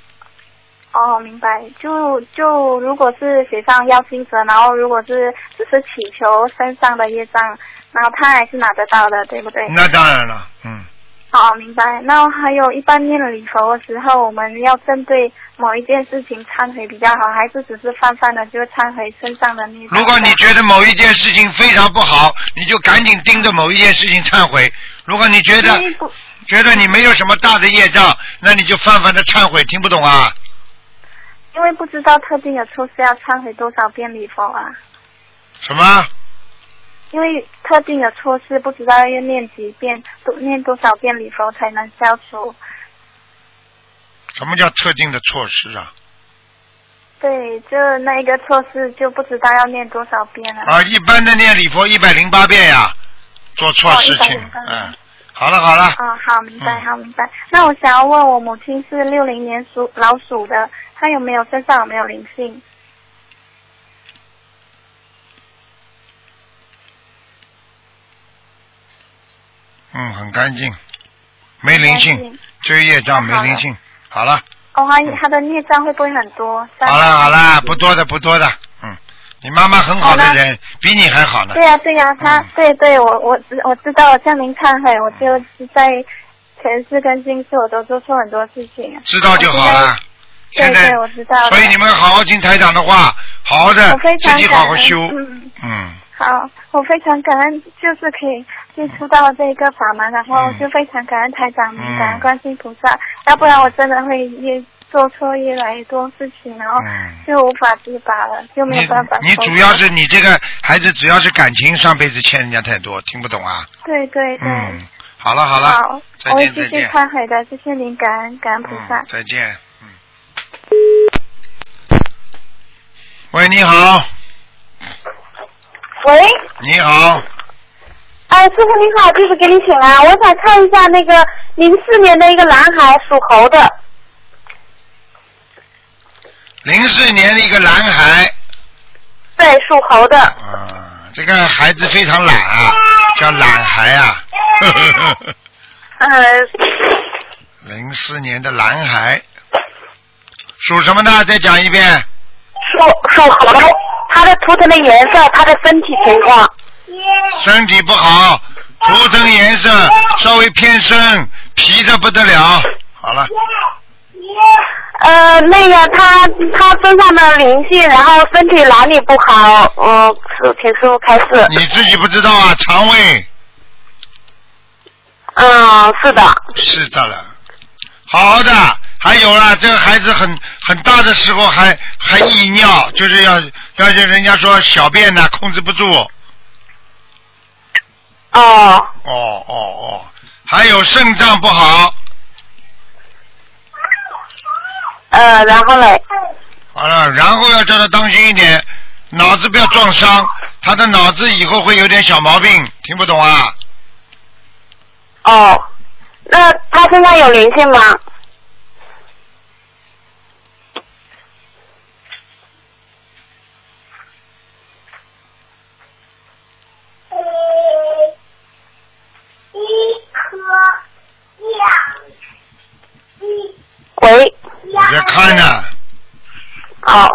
S12: 哦，明白。就就如果是写上要经者，然后如果是只是祈求身上的业障，然后他还是拿得到的，对不对？
S1: 那当然了，嗯，
S12: 哦，明白。那还有一般念礼佛的时候，我们要针对某一件事情忏悔比较好，还是只是泛泛的就忏悔身上的孽障？
S1: 如果你觉得某一件事情非常不好，你就赶紧盯着某一件事情忏悔；如果你觉得觉得你没有什么大的业障，那你就泛泛的忏悔。听不懂啊？
S12: 因为不知道特定的措施要忏悔多少遍礼佛啊，
S1: 什么？
S12: 因为特定的措施不知道要念几遍，多念多少遍礼佛才能消除。
S1: 什么叫特定的措施啊？
S12: 对，就那一个措施就不知道要念多 少遍了。
S1: 啊，一般的念礼佛一百零八遍呀、做错事情，
S12: 哦108
S1: 嗯，好了好了，
S12: 嗯，好，明白，好，明白。那我想要问我母亲是六零年属老鼠的，她有没有身上有没有灵性？
S1: 嗯，很干净，没灵
S12: 很干
S1: 性
S12: 净，
S1: 这业障没
S12: 太好了
S1: 灵性。好了
S12: 哦，她她的孽障会不会很多？
S1: 好了好了，不多的不多的，嗯，你妈妈很好的
S12: 好了
S1: 人，比你还好呢
S12: 对。呀、啊对呀、
S1: 嗯
S12: 他对对，我我知我知道，向您忏悔，我就是在前世跟今世我都做错很多事情。
S1: 知道就好了。
S12: 对
S1: 现在
S12: 对，我知道了。
S1: 所以你们好好听台长的话，好好的
S12: 我非
S1: 自
S12: 常
S1: 己好好修，
S12: 感恩嗯，
S1: 嗯，
S12: 好，我非常感恩，就是可以接触到这个法门，然后
S1: 嗯
S12: 就非常感恩台长，您感恩观世音菩萨，要不然我真的会越做错越来越多事情，然
S1: 嗯
S12: 后就无法自拔了，就没
S1: 你
S12: 有办法
S1: 你
S12: 收
S1: 主
S12: 拾
S1: 要是你这个孩子主要是感情上辈子欠人家太多，听不懂啊？
S12: 对对对。
S1: 嗯，好了好了，再
S12: 我会
S1: 见
S12: 继
S1: 再
S12: 续
S1: 见，
S12: 忏悔的，谢谢您，感恩感恩菩萨。
S1: 再见，嗯。喂，你好，
S10: 喂，
S1: 你好，
S10: 哎，师傅您好，弟子给你请安，我想看一下那个零四年的一个男孩，属猴的，
S1: 零四年的一个男孩，
S10: 对，属猴的，
S1: 这个孩子非常懒啊，叫懒孩啊，
S10: 呃，
S1: 零四年的男孩，属什么呢？再讲一遍，
S10: 属属猴的，他的图腾的颜色，他的身体情况，
S1: 身体不好，图腾颜色稍微偏深，皮的不得了。好了，
S10: 呃，那个他他身上的灵性，然后身体哪里不好，嗯、呃，请师傅开始，
S1: 你自己不知道啊，肠胃
S10: 嗯，是的，
S1: 是的了，好好的。还有啦，这个孩子很很大的时候还还溢尿，就是要要是人家说小便呢、控制不住。
S10: 哦。
S1: 哦哦哦，还有肾脏不好。
S10: 呃，然后嘞？
S1: 好了，然后要叫他当心一点，脑子不要撞伤，他的脑子以后会有点小毛病，听不懂啊？
S10: 哦，那他身上有灵性吗？喂。
S1: 我在看呢。
S10: 哦。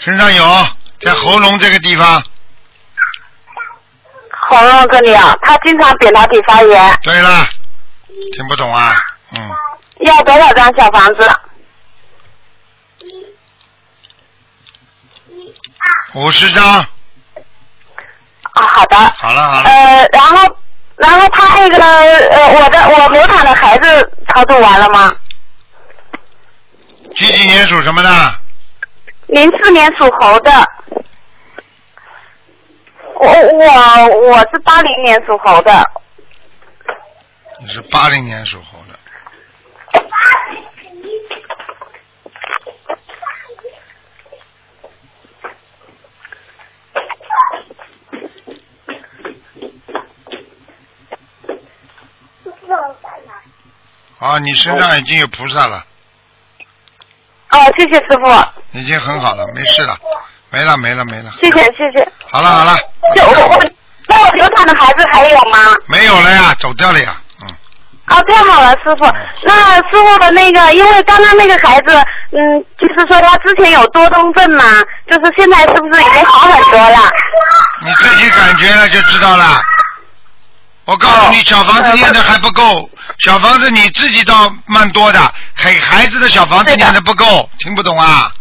S1: 身上有，在喉咙这个地方。
S10: 喉咙这里啊，他经常扁桃体发炎，
S1: 对了，听不懂啊？嗯，
S10: 要多少张小房子？
S1: 五十张。
S10: 啊，好的。
S1: 好了好了，
S10: 呃，然后，然后他那个呃，我的我流产的孩子操作完了吗？
S1: 几几年属什么的？
S10: 零四年属猴的。我我我是八零年属猴的，
S1: 你是八零年属猴的。啊，你身上已经有菩萨了，
S10: 哦，谢谢师傅，
S1: 已经很好了，没事了，没了没了没了。
S10: 谢谢谢谢。
S1: 好了好了，
S10: 就我我那我流产的孩子还有吗？
S1: 没有了呀，走掉了呀。
S10: 哦，太好了，师傅。那师傅的那个，因为刚刚那个孩子，嗯，就是说他之前有多动症嘛，就是现在是不是已经好很多了？
S1: 你自己感觉了就知道了。我告诉你，小房子念的还不够，小房子你自己倒蛮多的，给孩子的小房子念的不够，听不懂啊？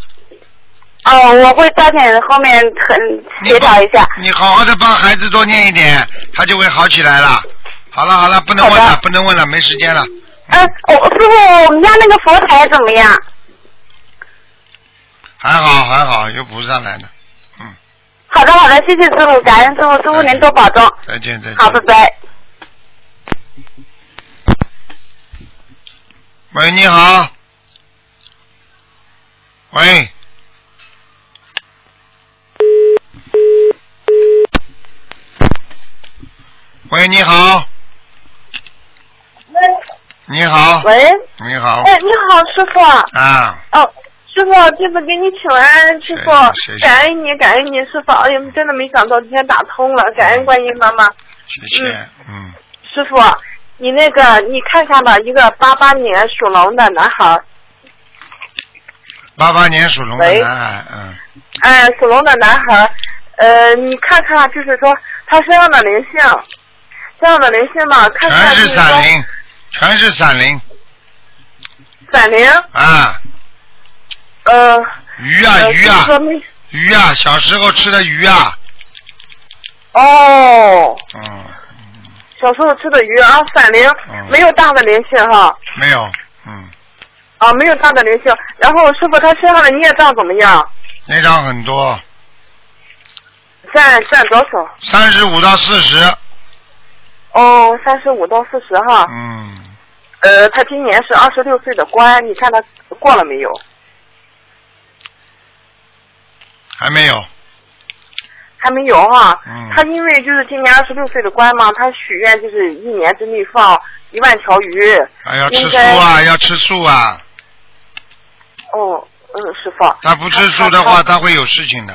S10: 哦，我会抓紧后面很协调一下。
S1: 你好好的帮孩子多念一点，他就会好起来了。好了好了，不能问了，不能问了，没时间了。
S10: 嗯，我、师傅，我们家那个佛台怎么样？
S1: 还好还好，又不上来了。
S10: 好的，好的，谢谢师傅，感恩师傅，师傅您多保重。
S1: 再见再见。
S10: 好，拜拜。
S1: 喂，你好。喂。喂，你好，你好，
S4: 喂，
S1: 你好，
S4: 哎，你好，师傅。
S1: 啊，
S4: 哦，师傅，弟子给你请安，师傅
S1: 谁谁，
S4: 感恩你，感恩你，师傅。哎呀，真的没想到今天打通了，感恩观音妈妈。
S1: 谢谢，嗯，
S4: 师傅，你那个你看看吧，一个八八年属龙的男孩儿，
S1: 八八年属龙的
S4: 喂
S1: 男孩，嗯，
S4: 哎，属龙的男孩儿，呃，你看看，就是说他身上的灵性，身上的灵性吧，看
S1: 全
S4: 看就是是说
S1: 闪灵，全是闪灵
S4: 闪灵，
S1: 啊，
S4: 呃，
S1: 鱼啊
S4: 呃
S1: 鱼啊
S4: 就是说没
S1: 鱼啊，小时候吃的鱼啊，
S4: 哦，
S1: 嗯，
S4: 小时候吃的鱼啊，闪灵，没有大的灵性哈，
S1: 没有，
S4: 啊，没有大的灵性。然后师傅他身上的孽障怎么样？
S1: 那张很多，
S4: 占占多少？
S1: 三十五到四十，
S4: 哦，三十五到四十哈。
S1: 嗯，
S4: 呃，他今年是二十六岁的官，你看他过了没有？
S1: 还没有，
S4: 还没有哈。
S1: 嗯
S4: 他因为就是今年二十六岁的官嘛，他许愿就是一年之内放一万条鱼。
S1: 还要吃
S4: 应
S1: 素
S4: 该
S1: 啊，要吃素啊，
S4: 哦，嗯，师傅。
S1: 他不吃素的话，他会有事情的，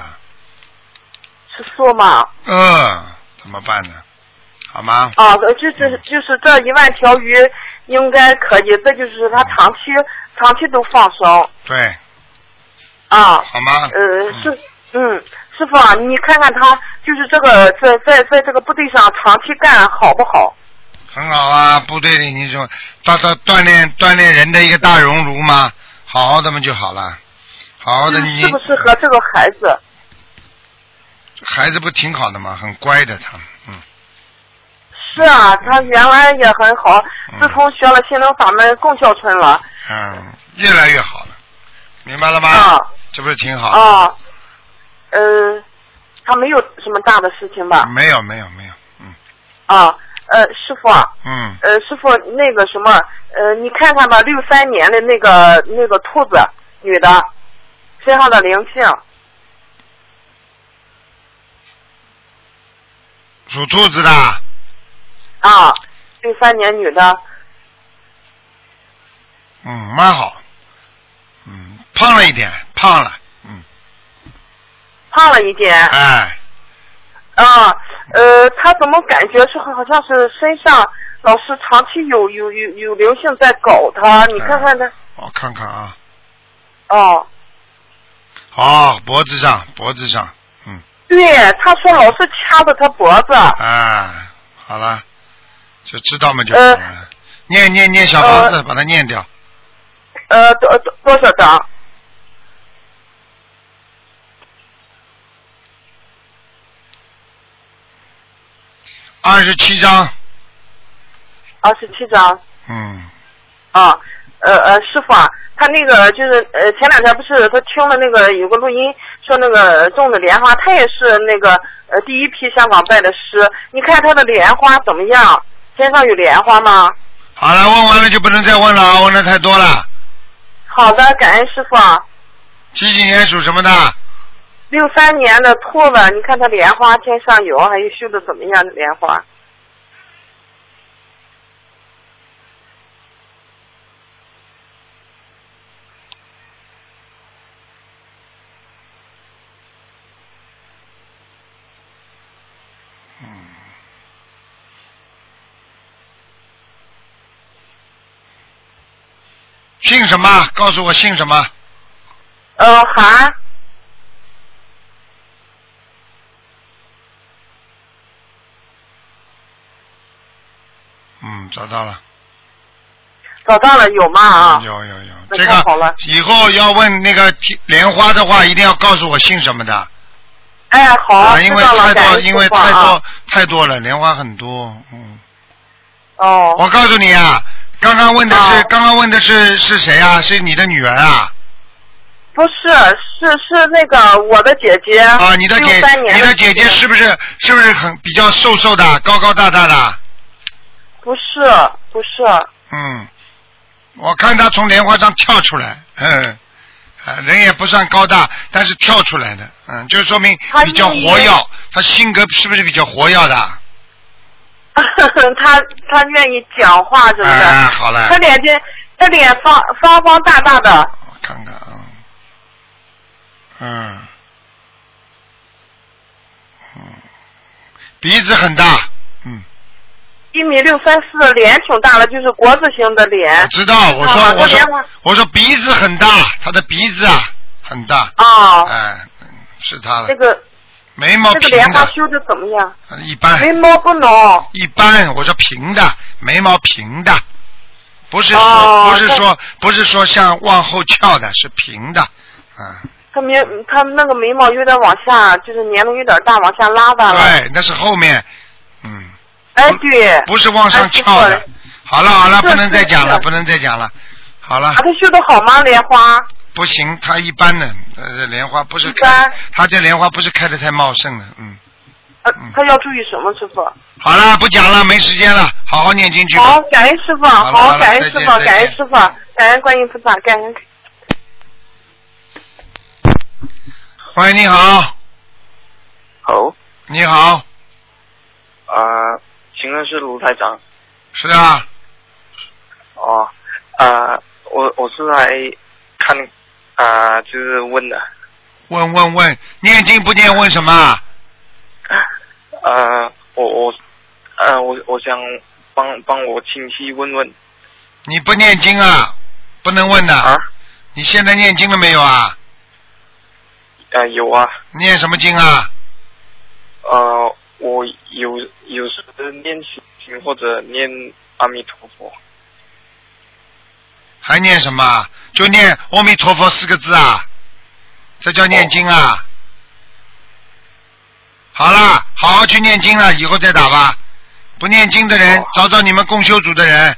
S4: 吃素嘛？
S1: 嗯，怎么办呢？好吗？
S4: 啊，呃就是就是这一万条鱼应该可以，这就是他长期长期都放生
S1: 对，
S4: 啊。
S1: 好吗？
S4: 呃，是，嗯，师傅啊，你看看他就是这个在在在这个部队上长期干好不好？
S1: 很好啊，部队里你说到到锻炼锻炼人的一个大熔炉嘛，好好的嘛就好了，好好的
S4: 嗯就是
S1: 你
S4: 适不适合这个孩子？
S1: 孩子不挺好的嘛，很乖的他，嗯，
S4: 是啊，他原来也很好，自从学了心灵法门更孝顺了。
S1: 嗯，越来越好了，明白了吗？
S4: 哦
S1: 这不是挺好的？
S4: 啊，呃，他没有什么大的事情吧？
S1: 没有没有没有，
S4: 啊，呃，师傅啊，
S1: 嗯，
S4: 呃，师傅那个什么，呃，你看看吧，六三年的那个那个兔子女的身上的灵性，
S1: 属兔子的，
S4: 啊，六三年女的，
S1: 嗯，蛮好，嗯，胖了一点，胖了，
S4: 胖了一点。
S1: 哎，
S4: 啊，呃，她怎么感觉是好像是身上老是长期有有有有灵性在搞她？
S1: 嗯
S4: 你看看她，
S1: 我看看啊，
S4: 哦，
S1: 哦，脖子上脖子上，
S4: 对，她说老是掐着她脖子。
S1: 啊，好了，就知道嘛就好
S4: 呃
S1: 了，念念念小房子，把它念掉。
S4: 呃，多多多少张？
S1: 二十七章，
S4: 二十七张。
S1: 嗯，
S4: 啊，呃呃，师傅啊，他那个就是呃，前两天不是他听了那个有个录音，说那个种的莲花，他也是那个呃第一批香港拜的师，你看他的莲花怎么样？天上有莲花吗？
S1: 好了，问完了就不能再问了啊，问的太多了。
S4: 好的，感恩师傅啊。
S1: 几几年属什么的？
S4: 六三年的兔子，你看他莲花天上有，还有修的怎么样？莲花
S1: 姓什么？告诉我姓什么？
S4: 呃，韩
S1: 嗯，找到了。嗯
S4: 找到了有吗？啊，
S1: 有有有，
S4: 那
S1: 这
S4: 太好
S1: 个
S4: 了
S1: 以后要问那个莲花的话，一定要告诉我姓什么的。
S4: 哎，好，
S1: 啊，因为
S4: 啊知道了，
S1: 太
S4: 感
S1: 多，
S4: 恩师
S1: 因为
S4: 傅啊
S1: 太多太多了，莲花很多，嗯。
S4: 哦。
S1: 我告诉你啊，刚刚问的是、刚刚问的是是谁啊？是你的女儿啊？
S4: 不是，是是那个我的姐姐
S1: 啊，你的姐
S4: 63年
S1: 你的姐姐是不是是不是很比较瘦瘦的、高高大大的？
S4: 不是不是，
S1: 嗯，我看她从莲花上跳出来，嗯，啊，人也不算高大，但是跳出来的，嗯，就说明比较活跃，她性格是不是比较活跃的？
S4: 他他愿意讲话什么的，
S1: 啊，好了
S4: 他，脸这他脸方方方大大的，
S1: 我看看啊，嗯，嗯，鼻子很大，
S4: 一米六三四，脸挺大的，就是国字形的脸。
S1: 知道？我说、
S4: 啊
S1: 我
S4: 脸
S1: 说我说鼻子很大，他的鼻子啊很大，
S4: 哦，
S1: 哎，嗯是他的，
S4: 这个
S1: 眉毛
S4: 这
S1: 平
S4: 个莲花
S1: 的，
S4: 修的怎么样？
S1: 一般，
S4: 眉毛不浓，
S1: 一般，我说平的，眉毛平的，不是说、
S4: 哦
S1: 不是
S4: 那
S1: 说不是说像往后翘的，是平的，啊、
S4: 他眉他那个眉毛有点往下，就是年龄有点大，往下拉吧了。
S1: 对，那是后面，嗯
S4: 哎，对，哎
S1: 不是往上翘的。好了好了，不能再讲了，不能再讲了。好了
S4: 啊，，他修的好吗？莲花？
S1: 不行，他一般的，呃，这莲花不是
S4: 一般
S1: 开，他这莲花不是开的太茂盛了，嗯。
S4: 呃，他要注意什么，师傅？
S1: 好了，不讲了，没时间了，好好念经去吧。
S4: 好，感恩师傅，
S1: 好了好
S4: 好，
S1: 了
S4: 感恩
S1: 再
S4: 师
S1: 见
S4: 傅，
S1: 再
S4: 感恩
S1: 见
S4: 师傅，感恩观音菩萨，感恩。
S1: 喂，你好，
S13: 好
S1: 你好，
S13: 啊，请问是卢台长？
S1: 是啊，
S13: 哦，啊，我我是来看啊、就是问的，
S1: 问问问，念经不念问什么啊？
S13: 呃，我我呃，我我想帮帮我亲戚问问，
S1: 你不念经啊，不能问的。
S13: 啊？
S1: 你现在念经了没有啊？
S13: 啊，有啊，
S1: 念什么经啊？
S13: 呃，我有有时念心经或者念阿弥陀佛，
S1: 还念什么啊？就念阿弥陀佛四个字啊，这叫念经啊。好啦，好好去念经了，以后再打吧。不念经的人，找找你们共修组的人。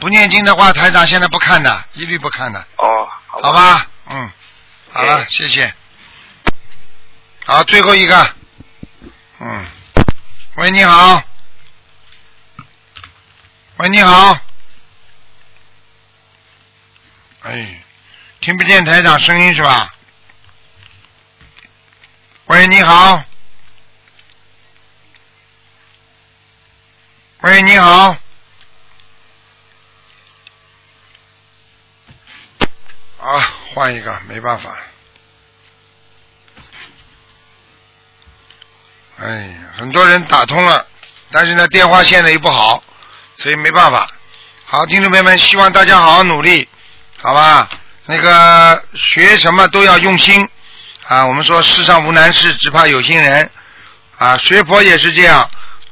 S1: 不念经的话，台长现在不看的，一律不看的，
S13: 哦，好
S1: 好吧？嗯，好了，谢谢。好，最后一个。嗯。喂，你好。喂，你好。哎，听不见台长声音是吧？喂，你好。喂，你好。啊，换一个，没办法。哎，很多人打通了，但是呢，电话线呢又不好，所以没办法。好，听众朋友们，希望大家好好努力，好吧？那个学什么都要用心啊！我们说世上无难事，只怕有心人啊！学佛也是这样，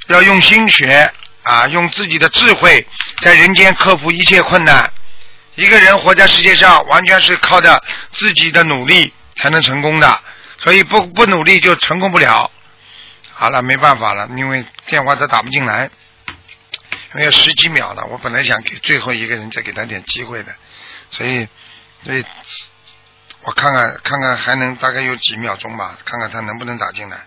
S1: 要用心学啊，用自己的智慧在人间克服一切困难。一个人活在世界上，完全是靠着自己的努力才能成功的，所以不不努力就成功不了。好了，没办法了，因为电话他打不进来，因为有十几秒了，我本来想给最后一个人再给他点机会的，所以，所以我看看看看还能大概有几秒钟吧，看看他能不能打进来。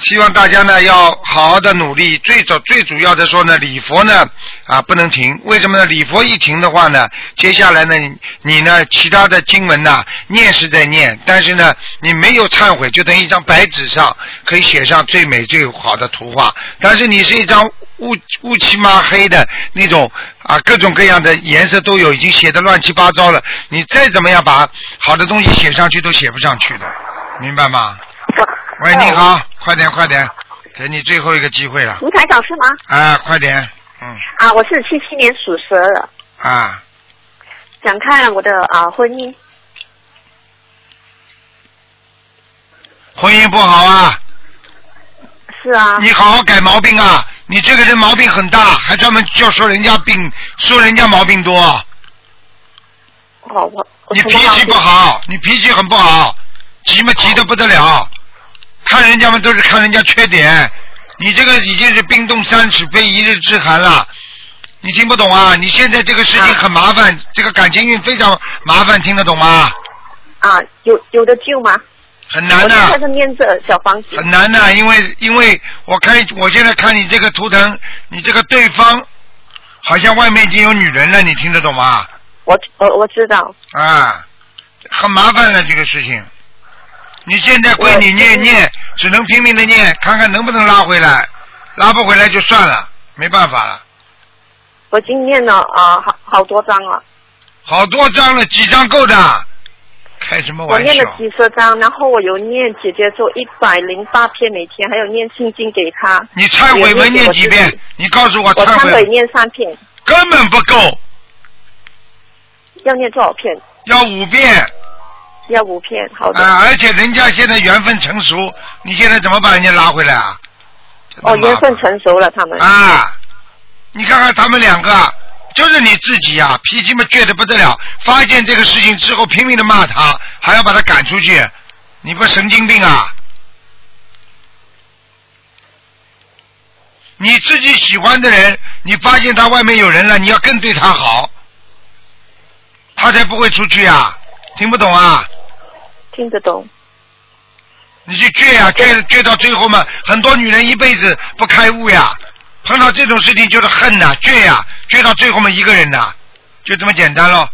S1: 希望大家呢要好好的努力，最早最主要的说呢，礼佛呢啊不能停，为什么呢？礼佛一停的话呢，接下来呢你你呢其他的经文呐念是在念，但是呢你没有忏悔，就等于一张白纸上可以写上最美最好的图画，但是你是一张乌乌漆嘛黑的那种啊各种各样的颜色都有，已经写的乱七八糟了，你再怎么样把好的东西写上去都写不上去的，明白吗？喂，你
S14: 哎
S1: 好，快点快点，给你最后一个机会了
S14: 卢台长是吗？
S1: 啊，快点
S14: 啊，我是七七年属蛇的，
S1: 啊！
S14: 想看我的啊婚姻。
S1: 婚姻不好啊，
S14: 是啊，
S1: 你好好改毛病啊！你这个人毛病很大，还专门就说人家病，说人家毛病多。
S14: 好我我
S1: 你
S14: 什
S1: 脾
S14: 么毛
S1: 气
S14: 病
S1: 不
S14: 哦
S1: 好，你脾气很不好，急嘛急的不得了，看人家嘛都是看人家缺点，你这个已经是冰冻三尺非一日之寒了，你听不懂啊？你现在这个事情很麻烦，这个感情运非常麻烦，听得懂吗？
S14: 啊，有有的救吗？
S1: 很
S14: 我
S1: 难
S14: 就
S1: 的、
S14: 开始念着小房子。
S1: 很难的、啊因为因为我看我现在看你这个图腾，你这个对方好像外面已经有女人了，你听得懂吗？
S14: 我我我知道。
S1: 啊，很麻烦的这个事情。你现在归你念念，只能拼命的念，看看能不能拉回来。拉不回来就算了，没办法了，
S14: 我已经念了啊、好好多张了，
S1: 好多张了，几张够的？开什么
S14: 我
S1: 玩
S14: 念了
S1: 笑？
S14: 几十张，然后我有念姐姐咒一百零八篇每天，还有念心经给她。
S1: 你忏悔文念几遍？你告诉
S14: 我
S1: 我忏
S14: 忏悔
S1: 悔
S14: 念三片，
S1: 根本不够，
S14: 要念多少片？
S1: 要五遍
S14: 要五片，好的。
S1: 啊！而且人家现在缘分成熟，你现在怎么把人家拉回来啊？
S14: 哦，缘分成熟了，他们。
S1: 啊，你看看他们两个啊，就是你自己啊，脾气嘛倔得不得了。发现这个事情之后，拼命的骂他，还要把他赶出去，你不神经病啊？你自己喜欢的人，你发现他外面有人了，你要更对他好，他才不会出去啊！听不懂啊？
S14: 听得懂。
S1: 你去倔呀、倔倔到最后嘛，很多女人一辈子不开悟呀，碰到这种事情就是恨呐、倔呀、倔到最后嘛，一个人呐、就这么简单咯。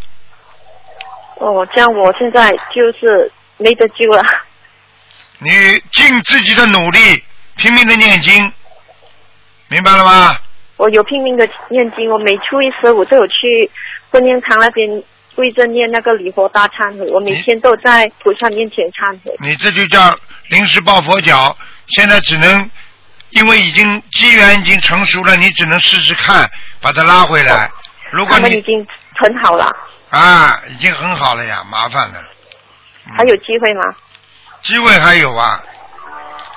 S14: 哦，这样我现在就是没得救了。
S1: 你尽自己的努力，拼命的念经，明白了吗？
S14: 我有拼命的念经，我每初一十五都有去婚姻堂那边跪着念那个礼佛大忏悔，我每天都有在菩萨面前忏悔。
S1: 你这就叫临时抱佛脚。现在只能，因为已经机缘已经成熟了，你只能试试看，把它拉回来。如果
S14: 他们
S1: 你
S14: 已经很好了，
S1: 啊，已经很好了呀，麻烦了。嗯
S14: 还有机会吗？
S1: 机会还有啊。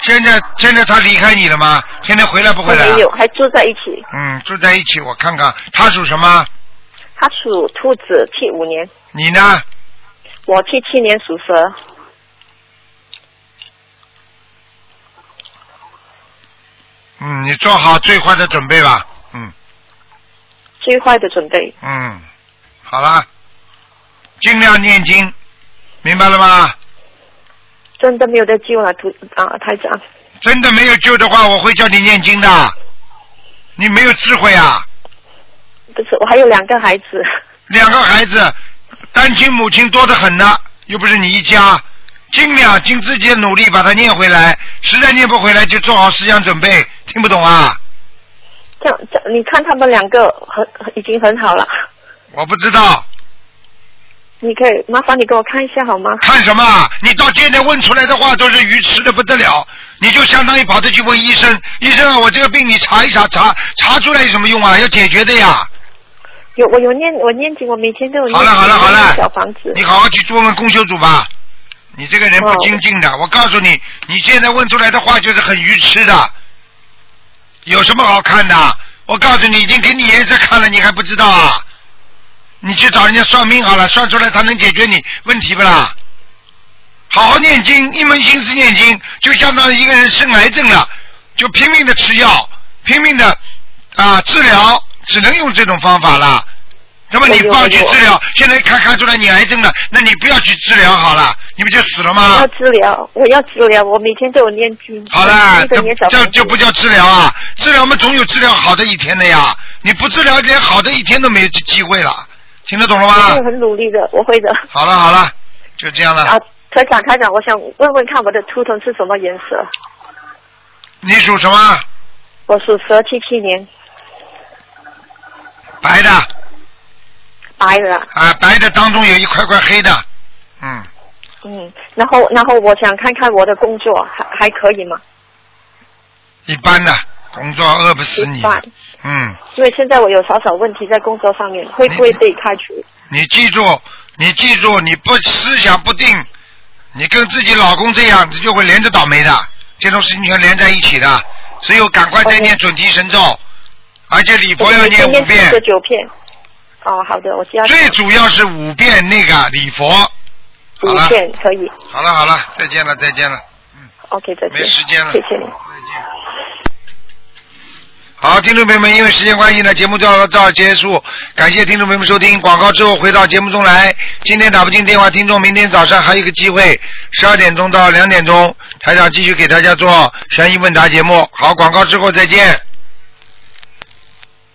S1: 现在现在他离开你了吗？现在回来不回来、啊
S14: 还没有，还住在一起。
S1: 嗯，住在一起，我看看他属什么？
S14: 他属兔子，七五年，
S1: 你呢？
S14: 我七七年属蛇。
S1: 嗯，你做好最坏的准备吧。嗯
S14: 最坏的准备，
S1: 嗯，好啦，尽量念经，明白了吗？
S14: 真的没有得救了，图啊，台长。
S1: 真的没有救的话，我会叫你念经的。你没有智慧啊！
S14: 不是，我还有两个孩子，
S1: 两个孩子，单亲母亲多得很呢，又不是你一家，尽量尽自己的努力把它念回来，实在念不回来就做好思想准备，听不懂啊？
S14: 这样这样，你看他们两个很很已经很好了，
S1: 我不知道
S14: 你可以麻烦你给我看一下好吗？
S1: 看什么啊，你到现在问出来的话都是愚痴的不得了，你就相当于跑着去问医生，医生啊，我这个病你查一查，查查出来有什么用啊？要解决的呀，
S14: 有我有念我念经，我每天都有念
S1: 好了好了
S14: 经
S1: 好了
S14: 小房子，
S1: 你好好去问问公修组吧。你这个人不
S14: 哦
S1: 精进的，我告诉你，你现在问出来的话就是很愚痴的，有什么好看的？我告诉你，已经给你颜色看了，你还不知道啊？你去找人家算命好了，算出来他能解决你问题不啦？好好念经，一门心思念经，就相当于一个人生癌症了，就拼命的吃药，拼命的啊治疗，只能用这种方法啦。那么你放弃治疗，现在看看出来你癌症了，那你不要去治疗好了，你不就死了
S14: 我
S1: 吗
S14: 要？治疗，我要治疗，我每天都有念经，
S1: 啊好啦，
S14: 每天都
S1: 这
S14: 有念小
S1: 这
S14: 房
S1: 这不叫治疗啊！治疗嘛，总有治疗好的一天的呀。你不治疗，连好的一天都没有机会了，听得懂了
S14: 我
S1: 吗
S14: 会？很努力的，我会的。
S1: 好了好了，就这样
S14: 啊
S1: 了。
S14: 台长，台长，我想问问看我的图腾是什么颜色？
S1: 你属什么？
S14: 我属蛇，七七年，
S1: 白的
S14: 白的啊。
S1: 啊，白的当中有一块块黑的，嗯，
S14: 嗯，然后然后我想看看我的工作还还可以吗？
S1: 一般的，工作饿不死你
S14: 一。般
S1: 嗯，
S14: 因为现在我有少少问题在工作上面，会不会被开除？
S1: 你记住，你记住，你不思想不定，你跟自己老公这样，你就会连着倒霉的。这种事情全连在一起的，只有赶快再念准提神咒，而且礼佛要
S14: 我
S1: 念
S14: 念
S1: 五遍
S14: 四，十九片。哦，好的，我加
S1: 最主要是五遍那个礼佛。好
S14: 五
S1: 了，
S14: 片可以。
S1: 好了，好了，再见了，再见了。
S14: OK，再见。
S1: 没时间了
S14: 谢谢你。
S1: 好，听众朋友们，因为时间关系呢，节目就到这儿结束。感谢听众朋友们收听广告之后回到节目中来。今天打不进电话，听众明天早上还有一个机会，十二点钟到两点钟，台长继续给大家做悬疑问答节目。好，广告之后再见。